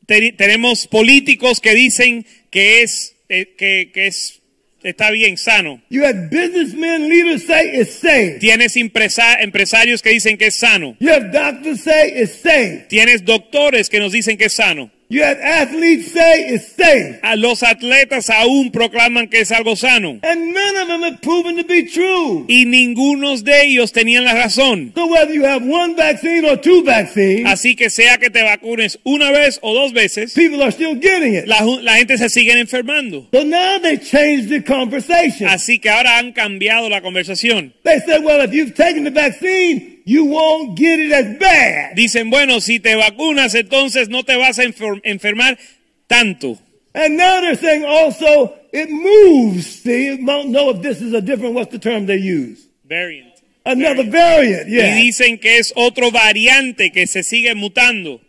Teni- tenemos políticos que dicen que es eh, que, que es está bien sano. You have businessmen, leaders say it's safe. Tienes impresa- empresarios que dicen que es sano. You have doctors say it's safe. Tienes doctores que nos dicen que es sano. You have athletes say it's safe. A los atletas aún proclaman que es algo sano. And none of them have proven to be true. Y ninguno de ellos tenían la razón. So whether you have one vaccine or two vaccines, Así que sea que te vacunes una vez o dos veces, people are still getting it. la, ju- la gente se sigue enfermando. So now they changed the conversation. Así que ahora han cambiado la conversación. They said, well, if you've taken the vaccine, you won't get it as bad. Dicen, bueno, si te vacunas, entonces no te vas a enfer- enfermar tanto. And now they're saying also it moves. See, I don't know if this is a different, what's the term they use? Variant. Another variant, Y yeah. dicen que es otro variante que se sigue mutando.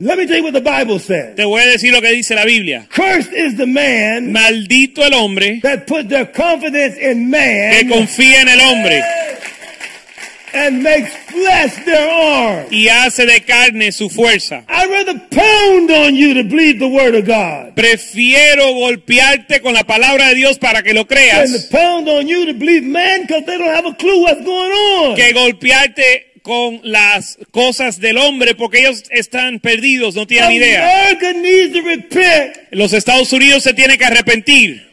Let me tell you what the Bible says. Te voy a decir lo que dice la Biblia. Cursed is the man Maldito el hombre that put their confidence in que man confía en el hombre and makes flesh their arm. y hace de carne su fuerza. I'd rather pound on you to believe the word of God Prefiero golpearte con la palabra de Dios para que lo than to creas pound on you to believe man because they don't have a clue what's going on. que golpearte con las cosas del hombre porque ellos están perdidos, no tienen idea. America needs to repent Los Estados Unidos se tienen que arrepentir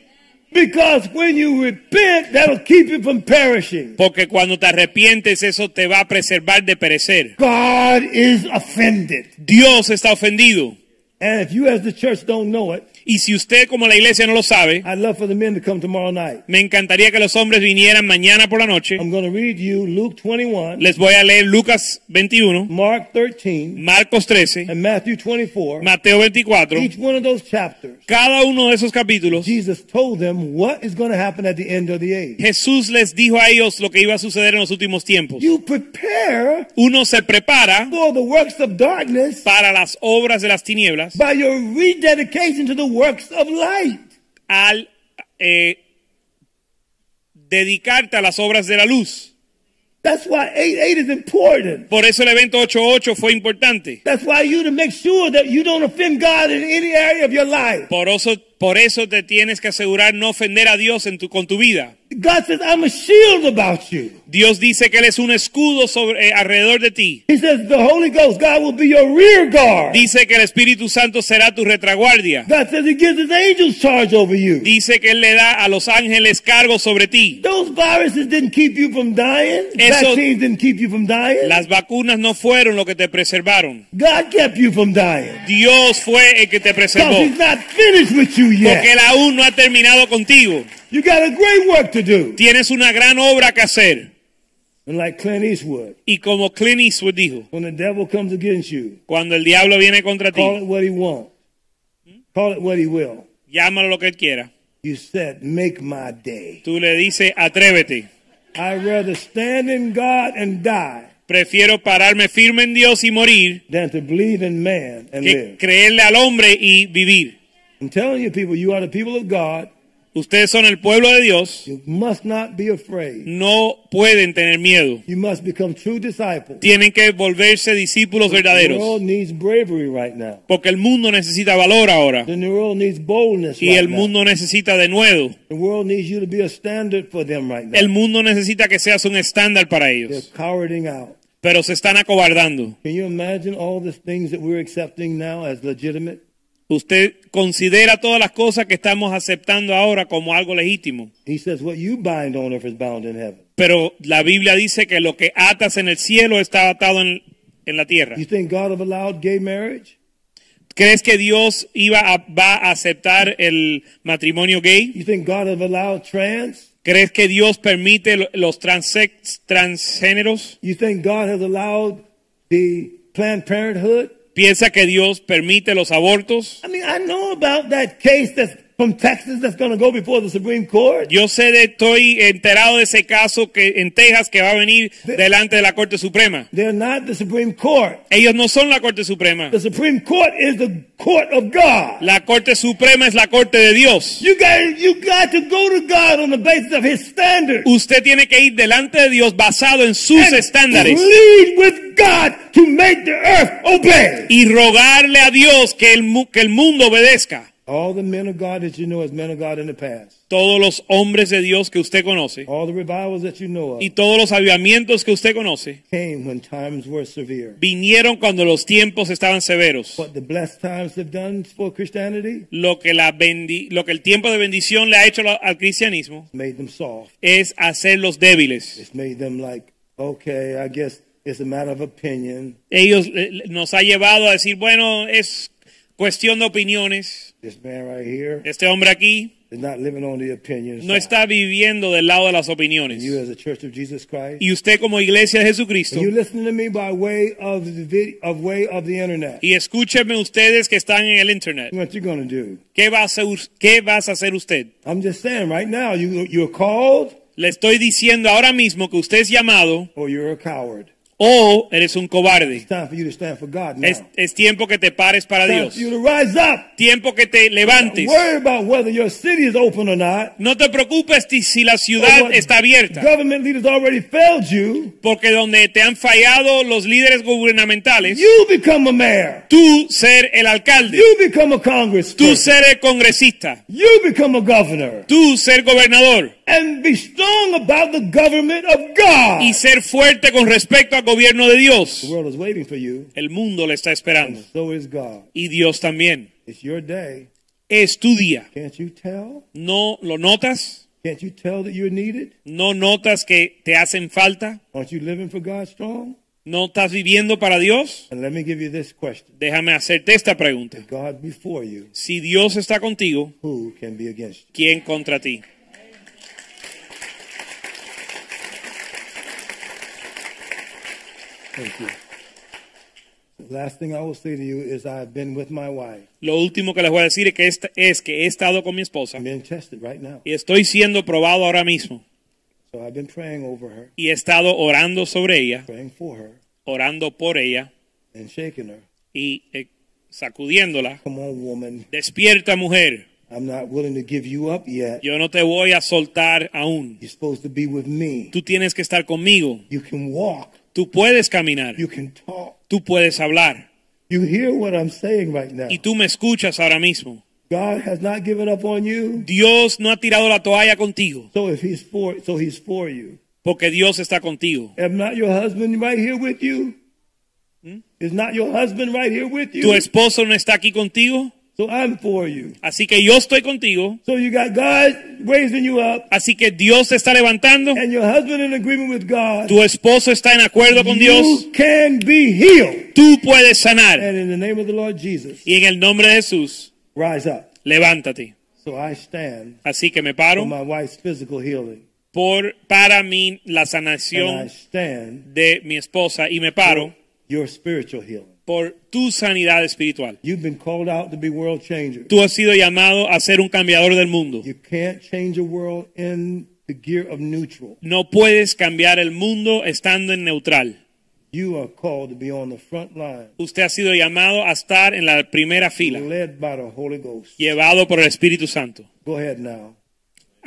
because when you repent, that'll keep you from perishing. porque cuando te arrepientes eso te va a preservar de perecer. God is offended. Dios está ofendido. And if you as the church don't know it, Y si usted como la iglesia no lo sabe, I'd love for the men to come tomorrow night. Me encantaría que los hombres vinieran mañana por la noche. I'm going to read you Luke 21, Les voy a leer Lucas 21, Mark 13, Marcos 13, and Matthew 24. Mateo 24. Each one of those chapters, Cada uno de esos capítulos, Jesus told them what is going to happen at the end of the age. Jesús les dijo a ellos lo que iba a suceder en los últimos tiempos. You prepare Uno se prepara for the works of darkness para las obras de las tinieblas by your rededication to the works of light. al eh, dedicarte a las obras de la luz. That's why 8 8 is important. Por eso el evento 8.8 fue importante. That's why you to make sure that you don't offend God in any area of your life. Por eso, por eso te tienes que asegurar no ofender a Dios en tu, con tu vida. God says, I'm a shield about you. Dios dice que Él es un escudo sobre, eh, alrededor de ti. He says, the Holy Ghost, God will be your rear guard. Dice que el Espíritu Santo será tu retraguardia. God says he gives his angels charge over you. Dice que Él le da a los ángeles cargo sobre ti. Those viruses didn't keep you from dying. Eso- Vaccines didn't keep you from dying. Las vacunas no fueron lo que te preservaron. God kept you from dying. Dios fue el que te Because preservó. he's not finished with you Porque yet. Él aún no ha terminado contigo. You got a great work to do. Tienes una gran obra que hacer. And like Clint Eastwood, Y como Clint Eastwood dijo, when the devil comes against you, cuando el diablo viene contra ti, call it what he wants. Hmm? Call it what he will. llámalo lo que él quiera. You said, make my day. Tú le dices, atrévete. I'd rather stand in God and die Prefiero pararme firme en Dios y morir than to believe in man and que live. creerle al hombre y vivir. I'm telling you people, you are the people of God. Ustedes son el pueblo de Dios. You must not be Hmm. afraid. No pueden tener miedo. You must become true disciples. Tienen que volverse discípulos The verdaderos. world needs bravery right now. Porque el mundo necesita valor ahora. The world needs boldness Y right el mundo necesita de nuevo. now. The world needs you to be a standard for them right now. El mundo necesita que seas un estándar para They're ellos. cowarding out. Pero se están acobardando. Can you imagine all the things that we're accepting now as legitimate? Usted considera todas las cosas que estamos aceptando ahora como algo legítimo. He says, What you bind on earth is bound in heaven. Pero la Biblia dice que lo que atas en el cielo está atado en, en la tierra. You think God have allowed gay marriage? ¿Crees que Dios iba a, va a aceptar el matrimonio gay? You think God have allowed trans? ¿Crees que Dios permite lo- los transex- transgéneros? You think God has allowed the Planned Parenthood? ¿Piensa que Dios permite los abortos? I mean, I know about that case that's from Texas that's going to go before the Supreme Court. Yo sé de, estoy enterado de ese caso que en Texas que va a venir delante de la Corte Suprema. They're not the Supreme Court. Ellos no son la Corte Suprema. The Supreme Court is the court of God. La Corte Suprema es la Corte de Dios. You got you got to go to God on the basis of His standards. Usted tiene que ir delante de Dios basado en sus estándares Lead with God to make the earth obey. y rogarle a Dios que el, mu- que el mundo obedezca. All the men of God that you know as men of God in the past, Todos los hombres de Dios que usted conoce all the revivals that you know of, y todos los avivamientos que usted conoce came when times were severe. vinieron cuando los tiempos estaban severos. What the blessed times have done for Christianity Lo que, la bendi- lo que el tiempo de bendición le ha hecho la- al cristianismo made them soft. es hacerlos débiles. It's made them like, okay, I guess it's a matter of opinion. ellos eh, nos ha llevado a decir, bueno, es cuestión de opiniones. This man right here Este hombre aquí is not living on the opinion. no side. está viviendo del lado de las You opiniones. as a Church of Jesus Christ. Y usted como iglesia de Jesucristo, And You listen to me by way of the vid- of way of the internet. y escúchenme ustedes que están en el Internet, What you gonna do? ¿qué va a hacer, qué vas a hacer usted? I'm just saying right now, you you're called Le estoy diciendo ahora mismo que usted es llamado or you're a coward. o eres un cobarde. It's time for you to stand for God now. Es, es tiempo que te pares para time Dios. for you to rise up. Tiempo que te levantes. Worry about whether your city is open or not. No te preocupes ti- si la or ciudad what está abierta. Government leaders already failed you. Porque donde te han fallado los líderes gubernamentales, You become a mayor. tú ser el alcalde, You become a congressman. tú ser el congresista, You become a governor. tú ser gobernador And be strong about the government of God. y ser fuerte con respecto al gobierno de Dios. The world is waiting for you. El mundo le está esperando So is God. y Dios también. It's your day. Es tu día. Can't you tell? ¿No lo notas? Can't you tell that you're needed? ¿No notas que te hacen falta? Aren't you living for God strong? ¿No estás viviendo para Dios? And let me give you this question. Déjame hacerte esta pregunta. God before you, Si Dios está contigo, who can be against you? ¿quién contra ti? Thank you. The last thing I will say to you is I've been with my wife. Lo último que les voy a decir es que, esta- es que he estado con mi esposa I'm being tested right now. y estoy siendo probado ahora mismo. So I've been praying over her, y he estado orando sobre ella, praying for her, orando por ella and shaking her. y eh, sacudiéndola. Come on, woman. Despierta mujer, I'm not willing to give you up yet. Yo no te voy a soltar aún. You're supposed to be with me. Tú tienes que estar conmigo. You can walk. Tú puedes caminar. You can talk. Tú puedes hablar. You hear what I'm saying right now. Y tú me escuchas ahora mismo. God has not given up on you. Dios no ha tirado la toalla contigo. So if he's for so he's for you. Porque Dios está contigo. Am not your husband right here with you? Is not your husband right here with you? Tu esposo no está aquí contigo. So I'm for you. Así que yo estoy contigo. So you got God raising you up Así que Dios te está levantando. and your husband in agreement with God. Tu esposo está en acuerdo con Dios. You can be healed. Tú puedes sanar. And in the name of the Lord Jesus, Y en el nombre de Jesús, rise up. levántate. So I stand Así que me for paro my wife's physical healing. por para mí la And I sanación stand de mi esposa y me paro your spiritual healing. por tu sanidad espiritual. You've been called out to be world changers. Tú has sido llamado a ser un cambiador del mundo. You can't change the world in the gear of neutral. No puedes cambiar el mundo estando en neutral. You are called to be on the front line, Usted ha sido llamado a estar en la primera fila, led by the Holy Ghost. llevado por el Espíritu Santo. Go ahead now.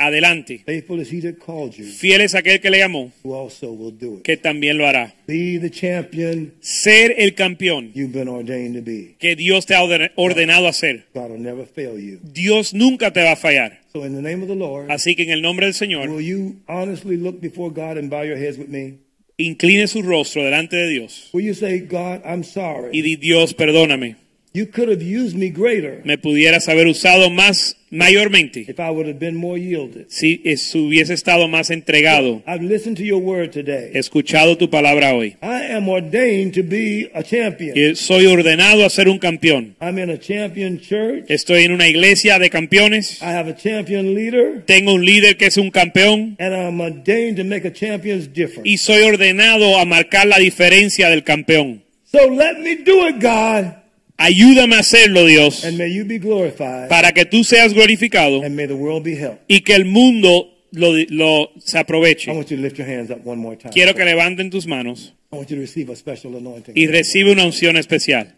Adelante. Faithful is he that called you, Fiel es aquel que le llamó, who also will do it. que también lo hará. Be the champion Ser el campeón you've been ordained to be. que Dios te ha orden- ordenado hacer. God will never fail you. Dios nunca te va a fallar. So, in the name of the Lord, Así que en el nombre del Señor, will you honestly look before God and bow your heads with me? incline su rostro delante de Dios Will you say, God, I'm y sorry. di, Dios, perdóname. You could have used me greater Me pudieras haber usado más mayormente if I would have been more yielded. si es- hubiese estado más entregado, I've listened to your word today. escuchado tu palabra hoy. I am ordained to be a champion. Que soy ordenado a ser un campeón. I'm in a champion church. Estoy en una iglesia de campeones. I have a champion leader. Tengo un líder que es un campeón. And I'm ordained to make a champion's difference. Y soy ordenado a marcar la diferencia del campeón. So let me do it, God. Ayúdame a hacerlo, Dios, And may you be glorified. para que tú seas glorificado And may the world be helped. y que el mundo lo, lo- se I aproveche. want you to lift your hands up one more time. Quiero que levanten tus manos I want you to receive a special anointing. y recibe una unción especial.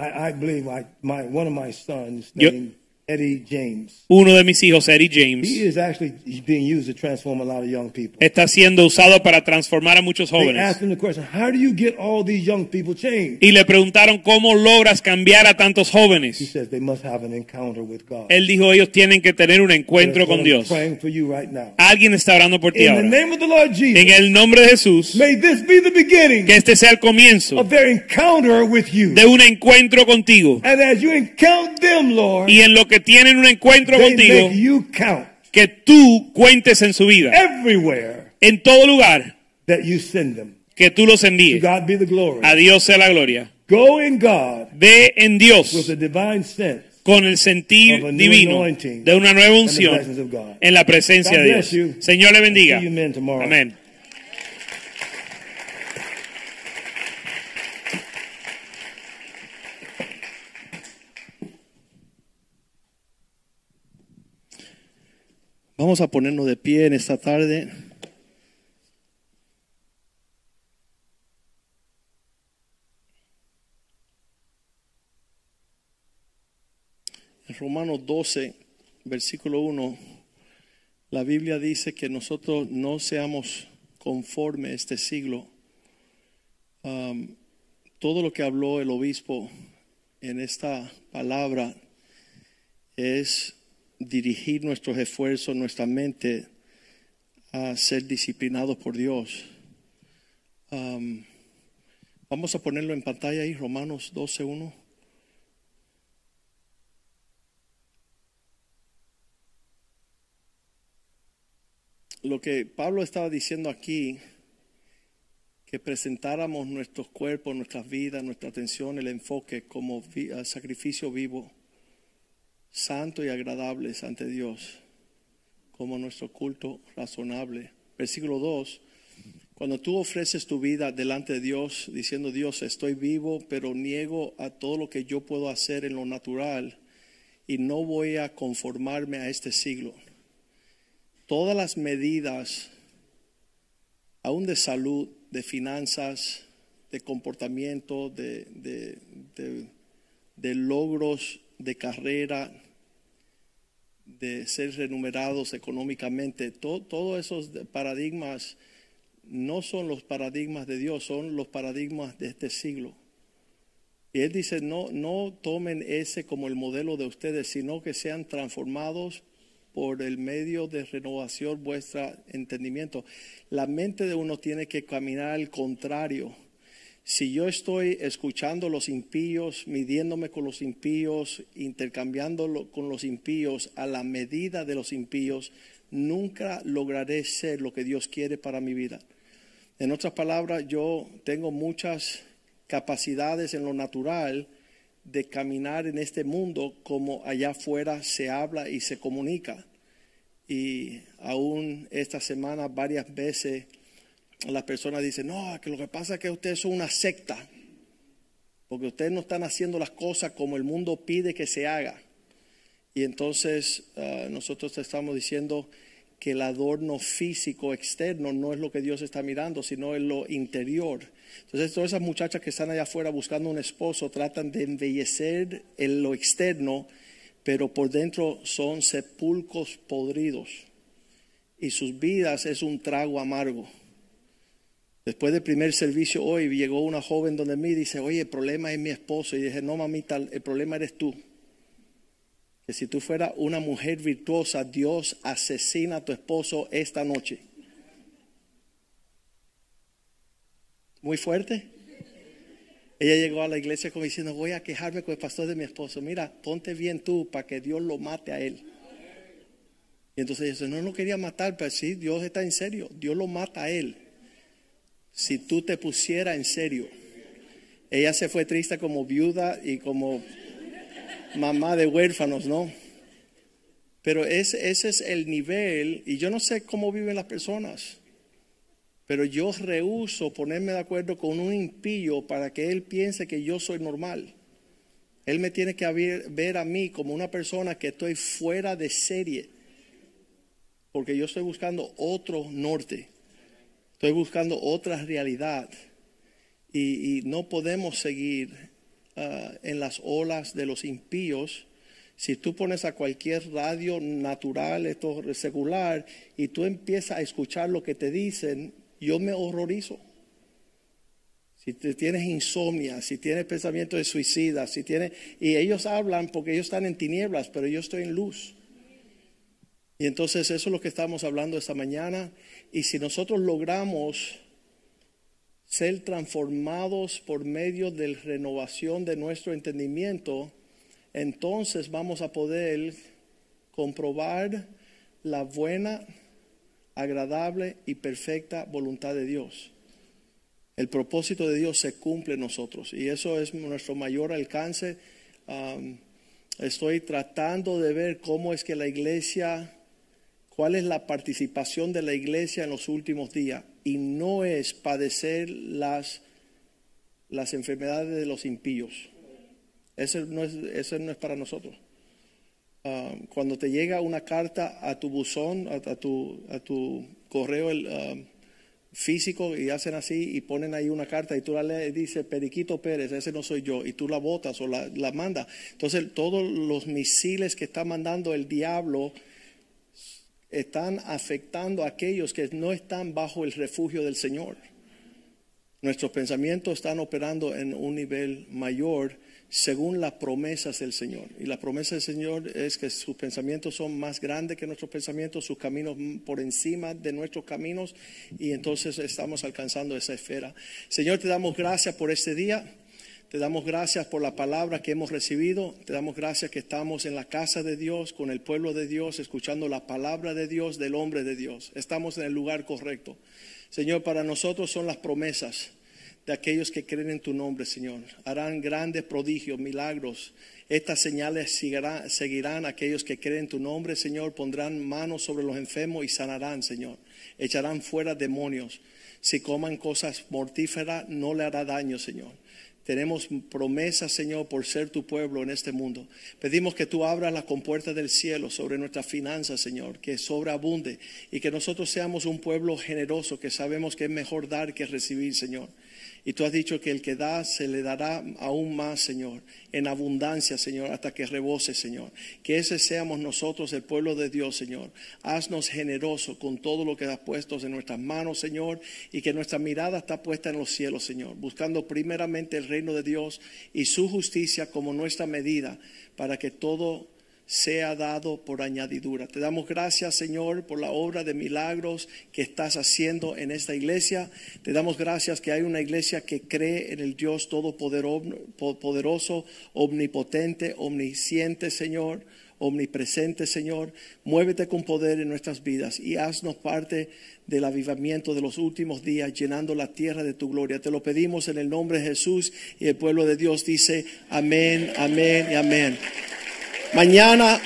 I, I believe I, my, one of my sons Yo- named Eddie James. Uno de mis hijos, Eddie He James, is actually being used to transform a lot of young people. está siendo usado para transformar a muchos They asked jóvenes. him the question, how do you get all these young people changed? Y le preguntaron cómo logras cambiar a tantos He jóvenes. says they must have an encounter with God. Él dijo, ellos tienen que tener un encuentro That's what con I'm Dios. Praying for you right now. Alguien está orando por In ti the ahora. name of the Lord En Jesus, el nombre de Jesús, may this be the beginning que este sea el comienzo of their encounter with you. de un encuentro contigo. And as you encounter them, Lord, Y en lo que tienen un encuentro they contigo, make you count que tú cuentes en su vida, everywhere en todo lugar, that you send them. que tú los To envíes. God be the glory. A Dios sea la gloria. Go in God Ve en with Dios the divine sense con el sentir of a new divino anointing de una nueva and the presence unción of God. en la presencia God de bless you. Dios. Señor le bendiga. See you men tomorrow. Amén. Vamos a ponernos de pie en esta tarde. En Romanos 12, versículo 1, la Biblia dice que nosotros no seamos conforme a este siglo. Am, todo lo que habló el obispo en esta palabra es dirigir nuestros esfuerzos, nuestra mente a ser disciplinados por Dios. Am, vamos a ponerlo en pantalla ahí, Romanos 12.1. Lo que Pablo estaba diciendo aquí, que presentáramos nuestros cuerpos, nuestras vidas, nuestra atención, el enfoque como vi- eh, sacrificio vivo santo y agradables ante Dios, como nuestro culto razonable. Versículo 2, cuando tú ofreces tu vida delante de Dios, diciendo, Dios, estoy vivo, pero niego a todo lo que yo puedo hacer en lo natural y no voy a conformarme a este siglo. Todas las medidas, aún de salud, de finanzas, de comportamiento, de- de- de de logros de carrera de ser remunerados económicamente. To- todos esos de- paradigmas no son los paradigmas de Dios, son los paradigmas de este siglo. Y él dice, no, no tomen ese como el modelo de ustedes, sino que sean transformados por el medio de renovación vuestra entendimiento. La mente de uno tiene que caminar al contrario. Si yo estoy escuchando los impíos, midiéndome con los impíos, intercambiándolo con los impíos a la medida de los impíos, nunca lograré ser lo que Dios quiere para mi vida. En otras palabras, yo tengo muchas capacidades en lo natural de caminar en este mundo como allá afuera se habla y se comunica. Y aún esta semana varias veces las personas dicen, no, que lo que pasa es que ustedes son una secta, porque ustedes no están haciendo las cosas como el mundo pide que se haga. Y entonces ah, nosotros te estamos diciendo que el adorno físico externo no es lo que Dios está mirando, sino en lo interior. Entonces todas esas muchachas que están allá afuera buscando un esposo tratan de embellecer en lo externo, pero por dentro son sepulcros podridos y sus vidas es un trago amargo. Después del primer servicio hoy llegó una joven donde mí y dice, oye, el problema es mi esposo. Y dije, no, mamita, el problema eres tú. Que si tú fueras una mujer virtuosa, Dios asesina a tu esposo esta noche. Muy fuerte. Ella llegó a la iglesia como diciendo, voy a quejarme con el pastor de mi esposo. Mira, ponte bien tú para que Dios lo mate a él. Y entonces ella dice, no, no quería matar, pero sí, Dios está en serio. Dios lo mata a él si tú te pusieras en serio. Ella se fue triste como viuda y como mamá de huérfanos, ¿no? Pero ese, ese es el nivel, y yo no sé cómo viven las personas, pero yo rehuso ponerme de acuerdo con un impío para que él piense que yo soy normal. Él me tiene que haber- ver a mí como una persona que estoy fuera de serie, porque yo estoy buscando otro norte. Estoy buscando otra realidad y, y no podemos seguir ah, en las olas de los impíos. Si tú pones a cualquier radio natural, esto secular, y tú empiezas a escuchar lo que te dicen, yo me horrorizo. Si te- tienes insomnia, si tienes pensamiento de suicida, si tienes... Y ellos hablan porque ellos están en tinieblas, pero yo estoy en luz. Y entonces eso es lo que estamos hablando esta mañana. Y si nosotros logramos ser transformados por medio de la renovación de nuestro entendimiento, entonces vamos a poder comprobar la buena, agradable y perfecta voluntad de Dios. El propósito de Dios se cumple en nosotros y eso es nuestro mayor alcance. Am, estoy tratando de ver cómo es que la iglesia cuál es la participación de la iglesia en los últimos días y no es padecer las, las enfermedades de los impíos. Eso no es, eso no es para nosotros. Ah, cuando te llega una carta a tu buzón, a, a tu, a tu correo el, ah, físico y hacen así y ponen ahí una carta y tú la lees y dice Periquito Pérez, ese no soy yo, y tú la botas o la, la mandas. Entonces todos los misiles que está mandando el diablo están afectando a aquellos que no están bajo el refugio del Señor. Nuestros pensamientos están operando en un nivel mayor según las promesas del Señor. Y la promesa del Señor es que sus pensamientos son más grandes que nuestros pensamientos, sus caminos por encima de nuestros caminos, y entonces estamos alcanzando esa esfera. Señor, te damos gracias por este día. Te damos gracias por la palabra que hemos recibido. Te damos gracias que estamos en la casa de Dios, con el pueblo de Dios, escuchando la palabra de Dios, del hombre de Dios. Estamos en el lugar correcto. Señor, para nosotros son las promesas de aquellos que creen en tu nombre, Señor. Harán grandes prodigios, milagros. Estas señales seguirá- seguirán a aquellos que creen en tu nombre, Señor. Pondrán manos sobre los enfermos y sanarán, Señor. Echarán fuera demonios. Si coman cosas mortíferas, no le hará daño, Señor. Tenemos promesas, Señor, por ser tu pueblo en este mundo. Pedimos que tú abras las compuertas del cielo sobre nuestras finanzas, Señor, que sobreabunde y que nosotros seamos un pueblo generoso, que sabemos que es mejor dar que recibir, Señor. Y tú has dicho que el que da se le dará aún más, Señor, en abundancia, Señor, hasta que rebose, Señor. Que ese seamos nosotros, el pueblo de Dios, Señor. Haznos generosos con todo lo que has puesto en nuestras manos, Señor, y que nuestra mirada está puesta en los cielos, Señor, buscando primeramente el reino de Dios y su justicia como nuestra medida para que todo sea dado por añadidura. Te damos gracias, Señor, por la obra de milagros que estás haciendo en esta iglesia. Te damos gracias que hay una iglesia que cree en el Dios todopoderoso, omnipotente, omnisciente, Señor, omnipresente, Señor. Muévete con poder en nuestras vidas y haznos parte del avivamiento de los últimos días, llenando la tierra de tu gloria. Te lo pedimos en el nombre de Jesús y el pueblo de Dios dice amén, amén y amén. Mañana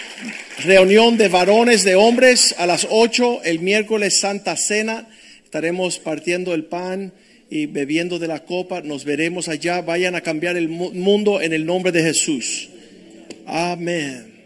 reunión de varones, de hombres a las 8, el miércoles Santa Cena. Estaremos partiendo el pan y bebiendo de la copa. Nos veremos allá. Vayan a cambiar el mu- mundo en el nombre de Jesús. Amén.